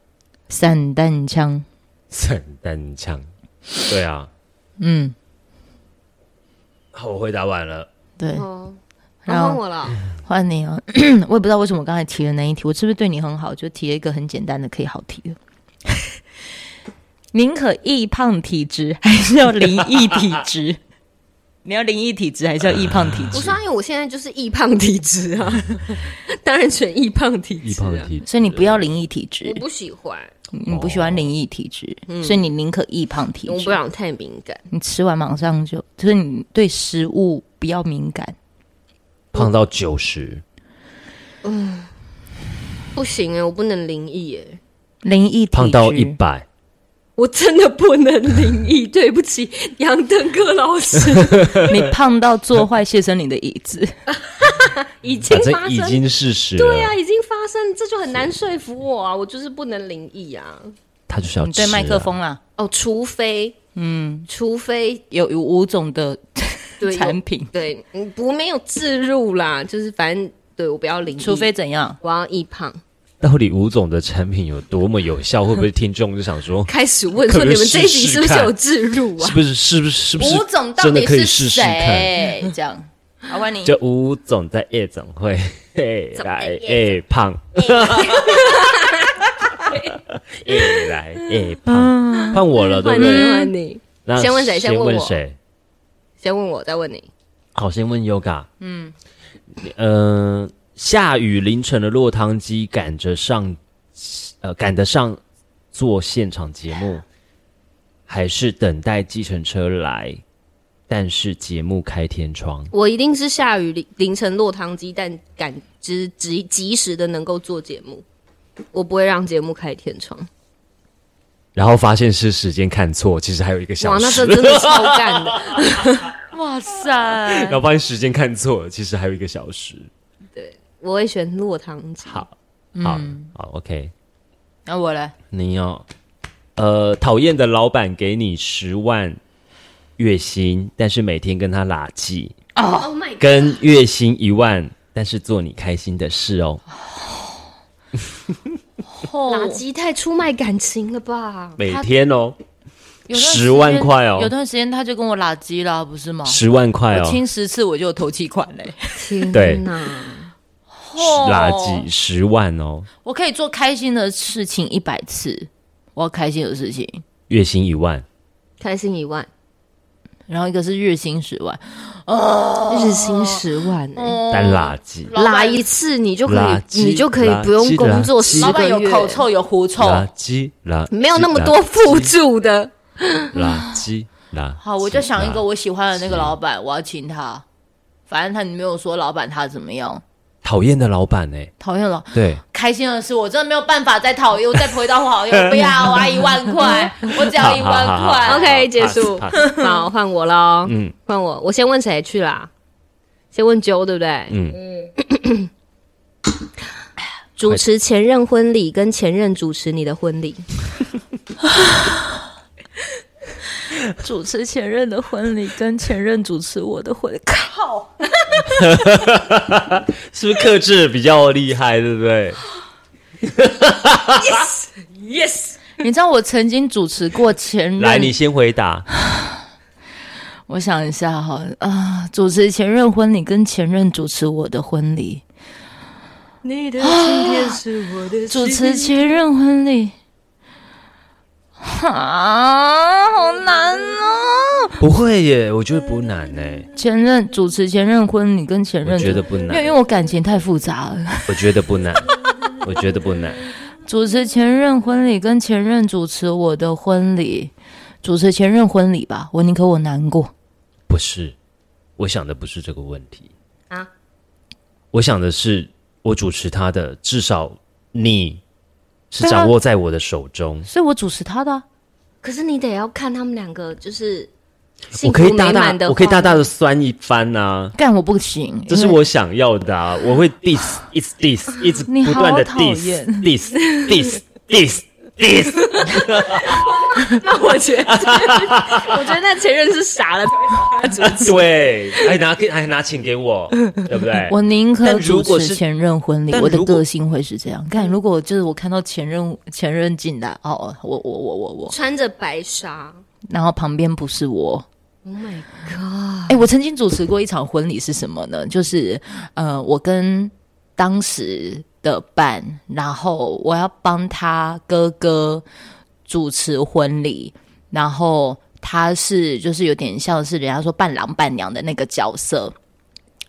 散弹枪，散弹枪，对啊，嗯，好，我回答完了，对。哦，然然后后我了，嗯换你啊！ 我也不知道为什么我刚才提的那一题，我是不是对你很好，就提了一个很简单的可以好题的。 宁可易胖体质，还是要灵异体质？ 你要灵异体质，还是要易胖体我质说？啊，因为我现在就是易胖体质啊， 当然选易胖体易质胖啊。体质，所以你不要灵异体质我，不喜欢，你不哦喜欢灵异体质，所以你宁可易胖体我不质。想太敏感。你吃完马上就，就是你对食物不要敏感。胖到九十，不行哎、我不能灵异哎，灵异体质，胖到一百，我真的不能灵异， 对不起，杨登科老师 你胖到坐坏谢森林的椅子。已经反发正已生。经事实了，对啊，已经发生，这就很难说服我啊！我就是不能灵异啊。他就是要你对吃麦克啊风啦，哦，除非，嗯，除非有有五种的对产有品，对，嗯不没有置入啦，就是反正对我不要灵异，除非怎样？我要易胖。到底吴总的产品有多么有效？会不会听众就想说，开始问说可是你们这一集是试不是试看有置入是啊？不是是不是是不是吴总到真的底可以是试试看？谁？这样，阿嗯万你就吴总在夜总会， 嘿总在来哎夜胖， 哎来哎胖，换我了对啊嗯换不你，对？换你，那先问谁先先问问我谁？先问我，再问你。好，先问 Yoga。嗯，呃，下雨凌晨的落汤鸡赶着上，呃，赶得上做现场节 目，还是等待计程车来？但是节目开天窗，我一定是下雨凌凌晨落汤鸡，但敢之及及时的能够做节目，我不会让节目开天窗。然后发现是时间看错，其实还有一个小哇，那时。这真 的超干的，哇然 塞，后发现时间看错了，其实还有一个小时。我会选落汤鸡。好，嗯好，好，OK。那我来，你要，呃，讨厌的老板给你十万月薪，但是每天跟他拉锯，哦，Oh my god！跟月薪一万，但是做你开心的事哦。哦垃圾太出卖感情了吧？每天哦，10万块哦有段时间他就跟我拉鸡啦，不是吗？十万块我哦，亲十次我就有投气款嘞，天对哪！哦拉锯十万哦，我可以做开心的事情一百次，我要开心的事情，月薪一万，开心一万，然后一个是日薪十万，啊日薪十万、欸，但拉锯，哦老板哦拉一次你就可垃以，圾你就可以不垃用圾工作垃圾十老板个有月，口臭有狐臭，拉锯，拉锯，没有那么多辅助的。拉锯，拉。好，我就想一个垃圾我喜欢的那个老板，我要请他。反正他你没有说老板他怎么样，讨厌的老板哎，讨厌老对，开心的是我真的没有办法再讨厌，我再回到我好厌，我不要，我要一万块，我只要一万好好块。好 OK，结束 Pass, pass 好，换我喽。嗯换我，我先问谁去啦？先问九，对不对？嗯， 主持前任婚礼跟前任主持你的婚礼，主持前任的婚礼，跟前任主持我的婚礼。靠，是不是克制比较厉害，对不对？ Yes， 你知道我曾经主持过前任，来，你先回答。我想一下哈啊、主持前任婚礼跟前任主持我的婚礼，你的今天是我的主持前任婚礼，啊，好难哦！ 不会耶，我觉得不难哎，前任主持前任婚礼跟前我任主，觉得不因为因为难，我感情太复杂了，我觉得不难，我觉得不难。主持前任婚礼跟前任主持我的婚礼，主持前任婚礼吧，我宁可我难过。不是，我想的不是这个问题 啊，我想的是我主持他的，至少你是对啊掌握在我的手中。所以我主持他的啊、可是你得要看他们两个就是我幸可福以大美大满的，我可以大大画的酸一番呐、干我不行，这是因为我想要的啊！我会 diss，一直 diss，一直你不断的好讨厌 diss，diss，diss，diss，diss。面。那 我觉得，我觉得那前任是傻了。 对，还拿给还拿请给 我，对不对？我宁可哎但主如果持是前任婚礼，但我的如果嗯个性会是这样。看，如果就是我看到前任前任进来，哦，我我我我我，穿着白纱然后旁边不是我。 ，Oh my 哎、我曾经主持过一场婚礼，是什么呢？就是呃，我跟当时的伴，然后我要帮他哥哥主持婚礼，然后他是就是有点像是人家说伴郎伴娘的那个角色。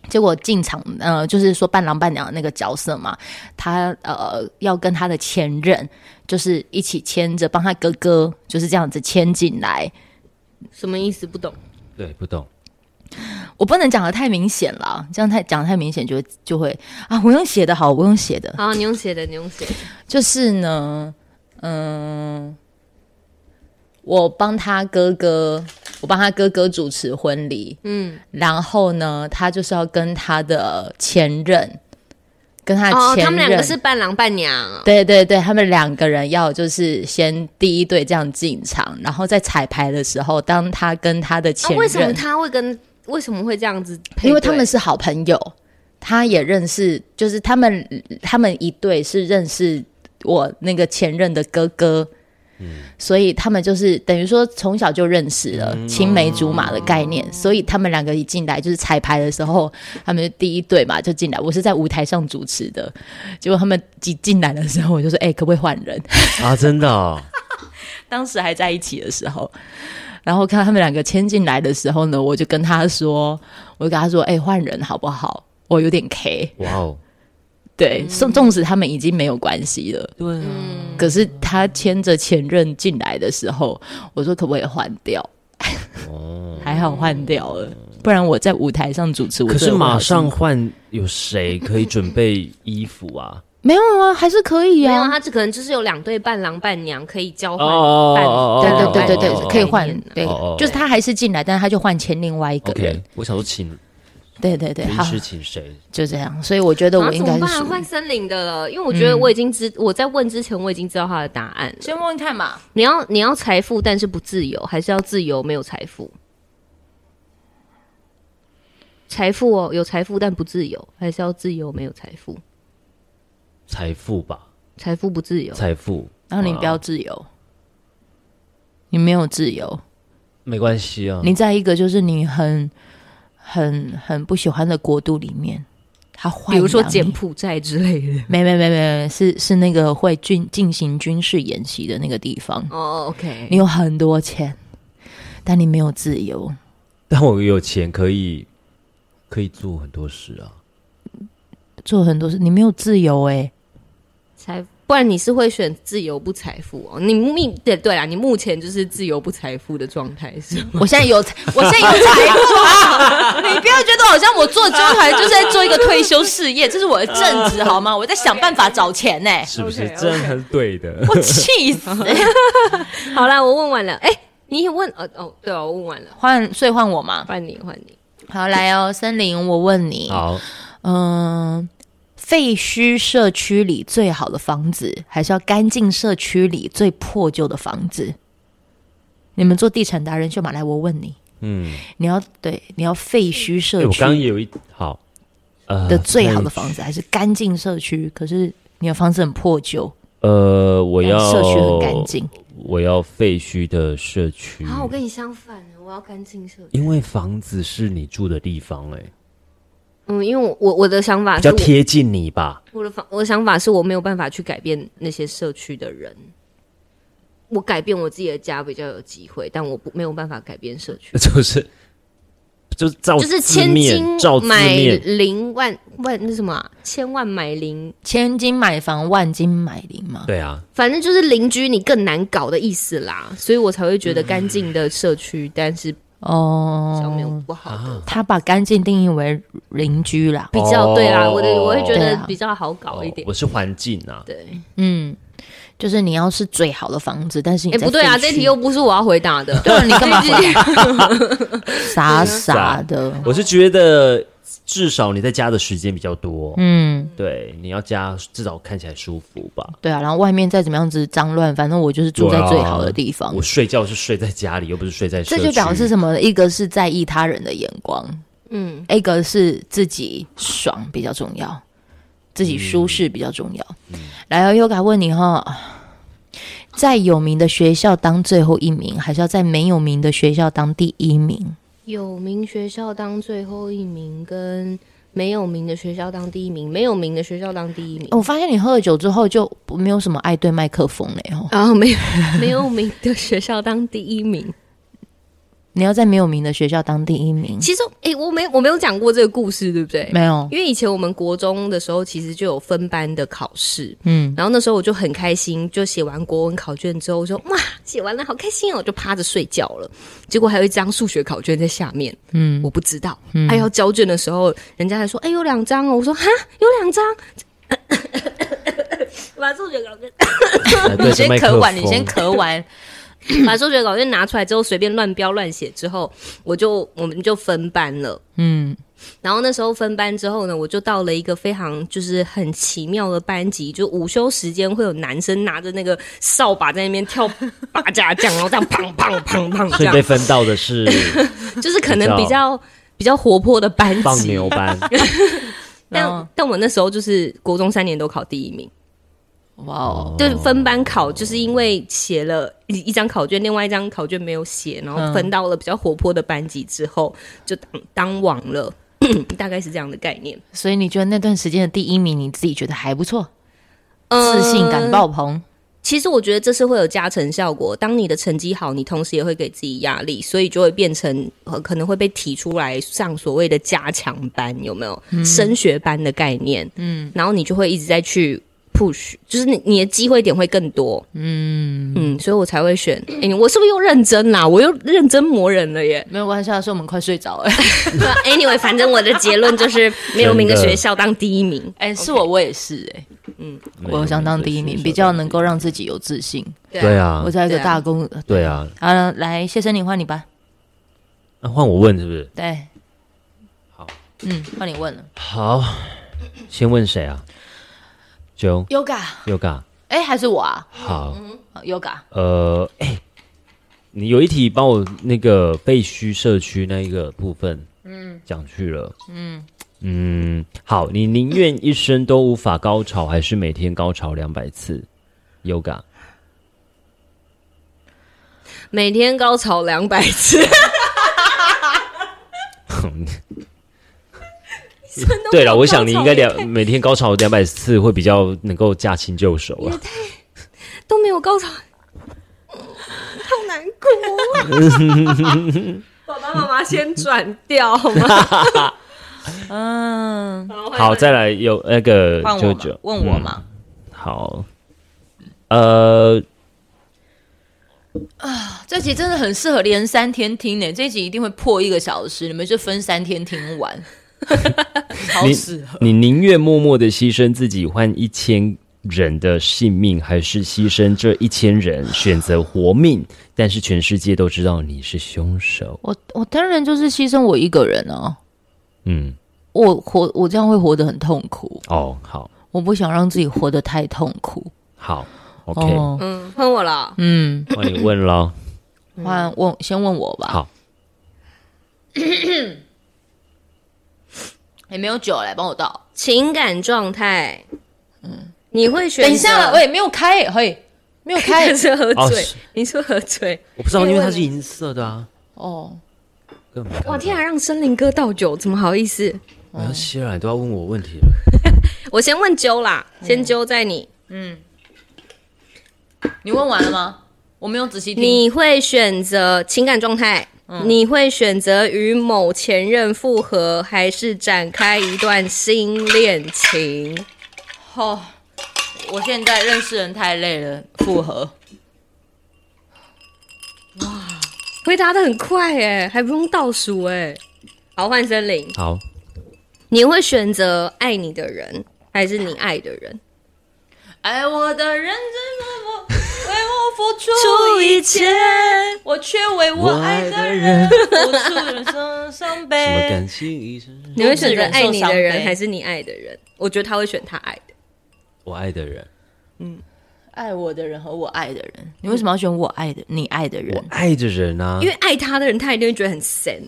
结果进场，呃，就是说伴郎伴娘的那个角色嘛，他呃要跟他的前任，就是一起牵着帮他哥哥，就是这样子牵进来。什么意思？不懂。对，不懂。我不能讲的太明显了，这样太讲得太明显就会就会啊，我用写的好，我用写的，哦好，你用写的，你用写的。就是呢，嗯，我帮他哥哥，我帮他哥哥主持婚礼，嗯，然后呢，他就是要跟他的前任，跟他的前哦，任，他们两个是伴郎伴娘。啊对对对，他们两个人要就是先第一队这样进场，然后在彩排的时候，当他跟他的啊前，任，为什么他会跟为什么会这样子配对？因为他们是好朋友，他也认识，就是他们他们一对是认识我那个前任的哥哥，所以他们就是等于说从小就认识了，嗯青梅竹马的概念，所以他们两个一进来就是彩排的时候，他们就第一对嘛就进来，我是在舞台上主持的，结果他们一进来的时候，我就说，哎、可不可以换人？啊，真的、哦，当时还在一起的时候，然后看到他们两个牵进来的时候呢，我就跟他说，我就跟他说，哎、换人好不好？我有点 K，哇哦，嗯对，纵、纵使他们已经没有关系了，对啊，嗯可是他牵着前任进来的时候，我说可不可以换掉？ 还好换掉了，不然我在舞台上主持，我哦可真是的会马好辛上苦换，有谁可以准备衣服啊？没有啊，还是可以没有，啊。他只可能就是有两对伴郎伴娘可以交换哦伴。哦哦对哦哦对对对哦哦对，可以换哦，对哦哦，就是他还是进来，但是他就换签另外一个人 OK，，我想说请对对对，临好，时请谁？就这样，所以我觉得我啊应怎么该办是嗯啊属于换森林的了，因为我觉得我已经知、我在问之前我已经知道他的答案了。先问问看嘛。你要你要财富，但是不自由，还是要自由没有财富？财富哦，有财富但不自由，还是要自由没有财富？财富吧，财富不自由，财富。然后你啊不要自由，你没有自由，没关系啊，你在一个就是你很、很、很不喜欢的国度里面，他比坏，如说柬，埔寨之类的。没没没没，是是那个会军进行军事演习的那个地方， 哦你，OK，有很多钱，但你没有自由，但我有钱可以可以做很多事啊。做很多事，你没有自由哎、财，不然你是会选自由不财富哦？你目对对啦，你目前就是自由不财富的状态 是吗？我现在有，我现在有财富。你不要觉得好像我做纠团就是在做一个退休事业，这是我的正职好吗？我在想办法找钱呢、是不是 OK，OK 这样是对的？我 气死！好啦，我问完了，哎、你问哦哦，对哦，我问完了，换，所以换我嘛。换你换你，好，来哦，森林，我问你， 好，嗯、废墟社区里最好的房子，还是要干净社区里最破旧的房子？你们做地产达人秀嘛，来，我问你，嗯，你要对你要废墟哎社我区刚刚也有一好，呃，的最好的废房子，还是干净社区？可是你的房子很破旧，呃，我但要社区很干净，我要废墟的社区。啊，我跟你相反，我要干净社区。因为房子是你住的地方、哎，嗯，因为我我我的想啊法比是较我，贴近你吧。我的方我的想法是我没有办法去改变那些社区的人，我改变我自己的家比较有机会，但我不没有办法改变社区。 就是就是照就是字千面金照字买 面，零万万那什么啊、千万买零，千金买房，万金买邻嘛。对啊，反正就是邻居你更难搞的意思啦，所以我才会觉得干净的社区，但是比较没有哦，不好的，他把干净定义为邻居啦。比较对啦，哦我的我会觉对得啊比较好搞一哦点我，是环境啊，对。嗯，就是你要是最好的房子，但是你哎、在不对啊，这废墟题又不是我要回答的。对啊，你干嘛回来？啊傻傻的，我是觉得至少你在家的时间比较多，嗯，对，你要家至少看起来舒服吧。对啊。然后外面再怎么样子脏乱，反正我就是住在最好的地方我。睡觉是睡在家里，又不是睡在社嗯这区。就表示什么？一个是在意他人的眼光， 嗯，一个是自己爽比较重要，自己舒适比较重要。嗯来哦，Yoga 问你哈，在有名的学校当最后一名，还是要在没有名的学校当第一名？有名学校当最后一名，跟没有名的学校当第一名，没有名的学校当第一名。哦我发现你喝了酒之后就没有什么爱对麦克风了哦。啊，没有 没有名的学校当第一 名。你要在没有名的学校当第一名，其实，哎、我没我没有讲过这个故事，对不对？没有，因为以前我们国中的时候，其实就有分班的考试，嗯，然后那时候我就很开心，就写完国文考卷之后，我说哇，写完了，好开心哦，我就趴着睡觉了。结果还有一张数学考卷在下面，嗯我不知道。哎、要交卷的时候，人家还说哎、有两张哦，我说哈有两张， 把数学考卷哎对着麦克风咳完，把数学考卷拿出来之后，随便乱标乱写之后，我就我们就分班了。嗯，然后那时候分班之后呢，我就到了一个非常就是很奇妙的班级，就午休时间会有男生拿着那个扫把在那边跳八家将，然后这样砰砰砰砰这所以被样，分到的是 就是可能比比较比较活泼的班放级。牛 班，哦但但我那时候就是国中三年都考第一名， 哇哦，就是分班考，就是因为写了一一张考卷，另外一张考卷没有写，然嗯后分到了比较活泼的班级之后，就当当网了。 大概是这样的概念，所以你觉得那段时间的第一名，你自己觉得还不错，呃自信感爆棚，其实我觉得这是会有加成效果。当你的成绩好，你同时也会给自己压力，所以就会变成、呃、可能会被提出来上所谓的加强班，有没有、升学班的概念？嗯，然后你就会一直在去 push，就是你你的机会点会更多。嗯嗯，所以我才会选。哎、我是不是又认真啦、我又认真磨人了 耶。没有关系啊，说我们快睡着了。 anyway，反正我的结论就是没有名的真的学校当第一名。 哎，是我，我也是哎，我想当第一名，比较能够让自己有自信。对啊我，在一个对啊大公，对啊。好了，来，谢生你换你吧，那换我问是不是？对，好，嗯，换你问了好，先问谁啊？九，Yoga，又嘎哎，还是我啊好，好，Yoga，呃，哎、你有一题帮我那个废墟社区那一个部分，嗯，讲去了，嗯嗯，好，你宁愿一生都无法高潮，还是每天高潮两百次？Yoga，每天高潮两百次，对了，我想你应该两每天高潮两百次会比较能够驾轻就熟啊。都没有高潮，嗯好难过。啊 爸爸妈妈先转掉好吗？嗯，好，再来有那个换舅我嘛舅，问我嗯嘛，好，呃，这集真的很适合连三天听呢，这集一定会破一个小时，你们就分三天听 完，好你适合。你宁愿默默的牺牲自己换一千人的性命，还是牺牲这一千人选择活命？但是全世界都知道你是凶手。我我当然就是牺牲我一个人哦，嗯，我活我这样会活得很痛苦，哦，好，我不想让自己活得太痛苦。好，OK，哦 嗯，换我了。嗯，换、你问喽。换问先问我吧。好， 也没有酒来帮我倒。情感状态，嗯，你会选择等一下啦，喂，没有开，嘿，没有开 还是喝哦醉是？你说喝醉？我不知道，因为它是银色的啊，哦。根本没看到哇天啊，让森林哥倒酒，怎么好意思？没关系啦，你都要问我问题了。我先问揪啦，嗯先揪在你，你问完了吗？我没有仔细听。你会选择情感状态？嗯你会选择与某前任复合，还是展开一段新恋情？哦，我现在认识人太累了，复合。回答的很快哎、还不用倒数哎、好，换森林，好，你会选择爱你的人，还是你爱的人？爱我的人真的我为我付出一切，我却为我爱的人付出人生伤什么悲。感情医生？你会选择爱你的我只忍受伤人，悲还是你爱的人？我觉得他会选他爱的，我爱的人，爱我的人和我爱的人，你为什么要选我爱的你爱的我人？爱的人啊因！为爱他的人，他一定会觉得很 sad。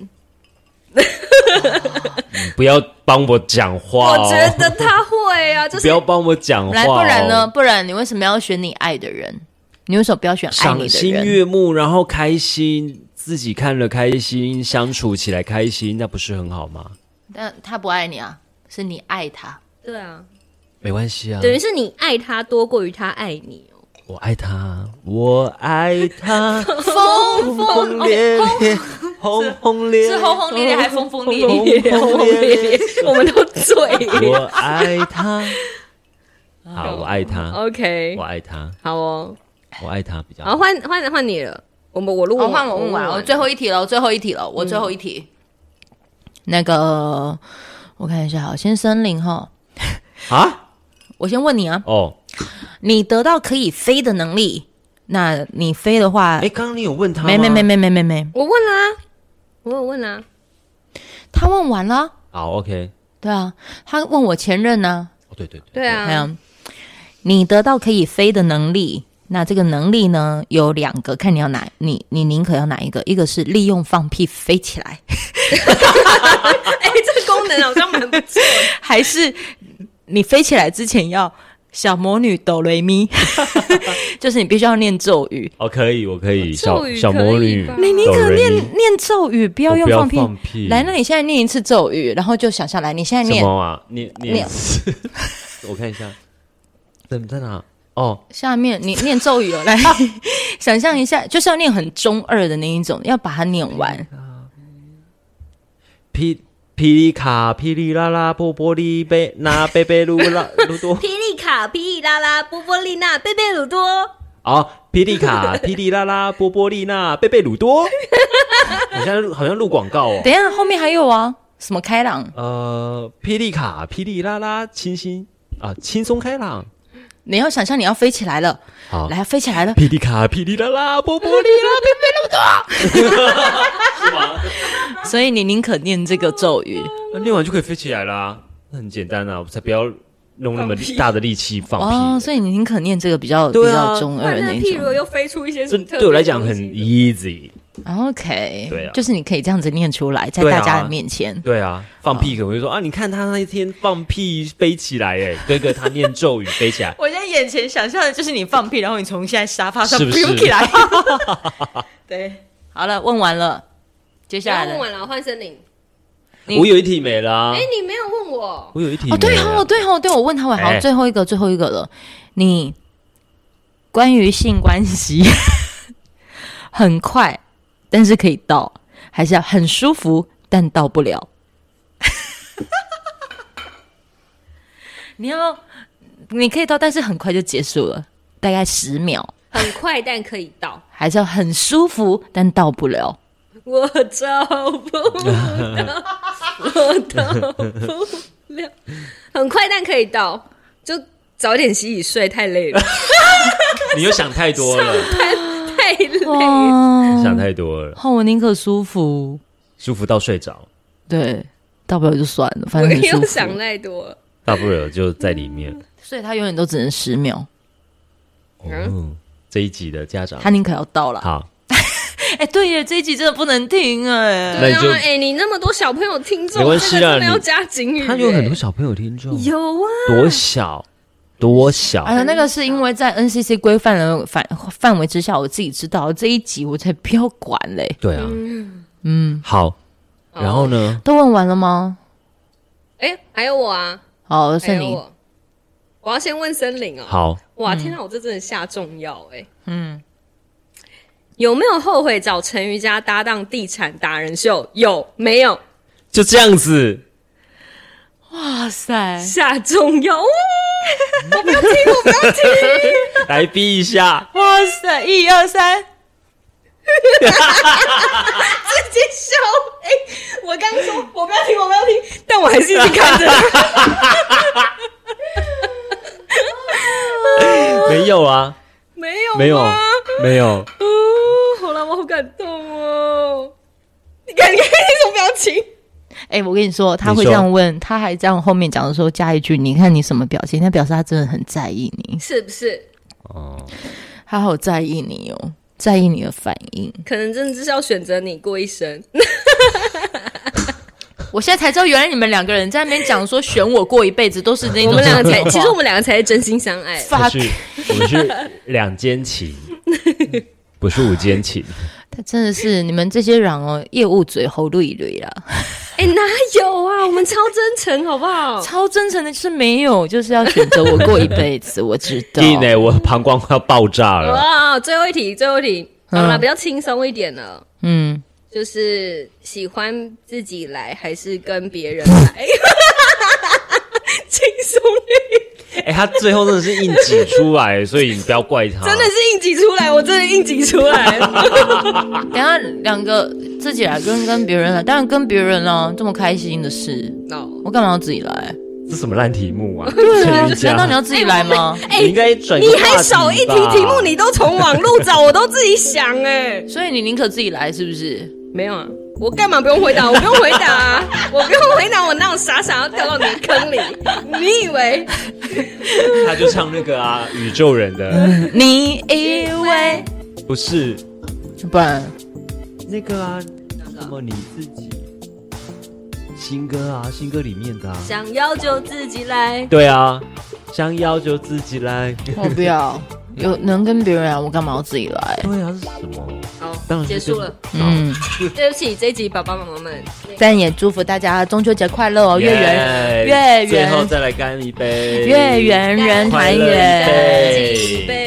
你不要帮我讲话我哦，觉得他会啊，就不是要帮我讲话。哦来，不然呢？？不然你为什么要选你爱的人？你为什么不要选爱赏你的心人？悦目，然后开心，自己看了开心，相处起来开心，那不是很好吗？但他不爱你啊，是你爱他。对啊，没关系啊，等于是你爱他多过于他爱你哦。我爱他，我爱他，风轰轰烈烈，轰轰烈烈，轰烈烈还风风烈轰轰 烈烈，我们都醉了。我爱他。好，我爱他， OK，我爱他，好哦，我爱他比较好好。换换换你了，我们我录我换我问完，完我最后一题了，我最后一题了，我最后一题。那个，我看一下，好，先森林哈，啊，我先问你啊，哦，你得到可以飞的能力，那你飞的话，哎，刚刚你有问他吗没没没，没没没没，我问啦、我有问啊啦、他问完了，好，OK，对啊，他问我前任呢、哦，对对对，对还啊，有，你得到可以飞的能力，那这个能力呢有两个，看你要哪，你你宁可要哪一个？一个是利用放屁飞起来， 哎、这个功能好像蛮 不错的。还是你飞起来之前要小魔女哆雷 咪，就是你必须要念咒语。哦，可以，我可以，小咒语小魔可以女吧，你宁可念哆瑞咪念咒语，不要我哦用不要放屁。放屁来，那你现在念一次咒语，然后就想下来。你现在什念么啊？念念念， 我看一下，怎在哪？哦，下面，你念咒 语哦。来，想象一下，就是要念很中二的那一种，要把它念完。哦霹霹雳卡霹雳啦啦波波利贝那贝贝噜啦 噜多霹雳卡、霹雳拉拉、波波丽娜、贝贝鲁多，哦，霹雳卡霹雳啦啦波波利那贝贝鲁多， 好像好像录广告哦。等一下，后面还有啊，什么开朗？呃，霹雳卡霹雳啦啦清新啊，轻松开朗。你要想象你要飞起来了，好， 来，飞起来了。霹雳卡霹雳啦啦波波利啦贝贝所以你宁可念这个咒语。 那念完就可以飞起来啦，那很简单啊，我才不要用那么力大的力气放哦，屁。所以你宁可念这个比较、比对啊较中不二然的那那个一屁如种。果又飞出一 些这什么特别的东西，对我来讲很 easy。 OK，对啊就是你可以这样子念出来，在对大啊家的面前。对啊，放屁可能会说、啊，你看他那一天放屁飞起来，哎，哥哥他念咒语飞起来，我现在眼前想象的就是你放屁，然后你从现在沙发上是不是飘起 来。对。好了，问完了，接不要下来问了完了，换森林。 你我有一题没了、啊哎、你没有问我，我有一题哦，对没了啊哦，对哦，对，我问他完，好，哎最后一个，最后一个了。你关于性关系很快，但是可以到，还是要很舒服，但到不了。你要，你可以到，但是很快就结束了，大概十秒，很快但可以到， 还是要很舒服，但到不了。我找不到，我到不了，很快但可以到，就早点洗洗睡，太 累了， 你又想太多了，太累了。哇，想太多了，好，我宁可舒服，舒服到睡着，对对，到不了就算了，反我正很舒又服。想太多了，大不了就在里面。所以他永远都只能十秒，哦，这一集的家长他宁可要到了。好，哎、哎，对耶，这一集真的不能听哎。那对你就啊，哎、你那么多小朋友听众，没关系这个啊真的你要加警语、他有很多哎小朋友听众，有啊，多小多小，哎呀，那个是因为在 NCC 规范的范范围之下，我自己知道这一集我才不要管嘞。对啊，嗯，嗯，好，然后呢？都问完了吗？哎、还有我啊，哦，还是有你，我，我要先问森林哦。好，嗯哇，天哪，我这真的下重药哎、嗯，有没有后悔找陈瑜佳搭档地产达人秀？有没有就这样子，哇塞，下重药？呜来逼一下， 哇塞，一二三，直接笑！哎、我刚说我不要听，我不要听，但我还是一直看着他。没有啊，没有， 没 有吗？，没有，哦，好啦，我好感动哦！你看，你看那种表情，哎、我跟你说，他你会说这样问，他还这样后面讲的时候加一句：“你看你什么表情？”那表示他真的很在意你，是不是？哦，他好在意你哦，在意你的反应。可能真的就是要选择你过一生。 我现在才知道，原来你们两个人在那边讲说选我过一辈子都是那种我们两个 才，其实我们两个才是真心相 爱。不 fuck，是，我们是两间 情，不是五间情，他真的是你们这些人哦，业务嘴猴绿绿 啦，哎、哪有啊？我们超真诚，好不 好？超真诚的，就是没有，就是要选择我过一辈子，我知 哦道。弟呢，我膀胱快要爆炸了，哇，最后一题，最后一题，好了，嗯比较轻松一点了。嗯，就是喜欢自己来还是跟别人来？ 轻松一哎，他最后真的是硬挤出来，所以你不要怪他，点，真的是硬挤出来，我真的硬挤出来。等一下两个自己来跟跟别人来，当然跟别人啦、这么开心的事， no，我干嘛要自己来？这什么烂题目啊？对啊，陈瑜伽难道你要自己来吗？哎、你应该转个你话还题少一题吧题目，你都从网络找，我都自己想哎、所以你宁可自己来，是不是？没有啊，我干嘛不用回答？我不用回答啊，我不用回答，我哪有傻傻要掉到你的坑里？你以为？他就唱那个啊，宇宙人 的， 你以为？不是不然，那个啊，什么你自己新歌啊，新歌里面的啊，想要就自己来。对啊，想要就自己来， 我不要。 有能跟别人啊来，我干嘛要自己来？对啊，是什么？好当然，是结束了。跟，嗯，对不起，这一集爸爸妈妈们，但也祝福大家中秋节快乐哦，好月圆耶月圆最后再来干一杯，月圆人团圆。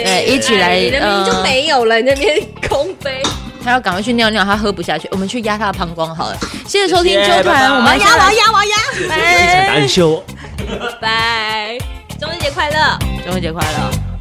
哎一起来哎你的名就呃没有了，你那边空杯。他要赶快去尿尿，他喝不下去，我们去压他的膀胱好了。谢谢收听谢谢秋拜拜团，我们我要压，我要压，一场拜，难修。拜，中秋节快乐！中秋节快乐。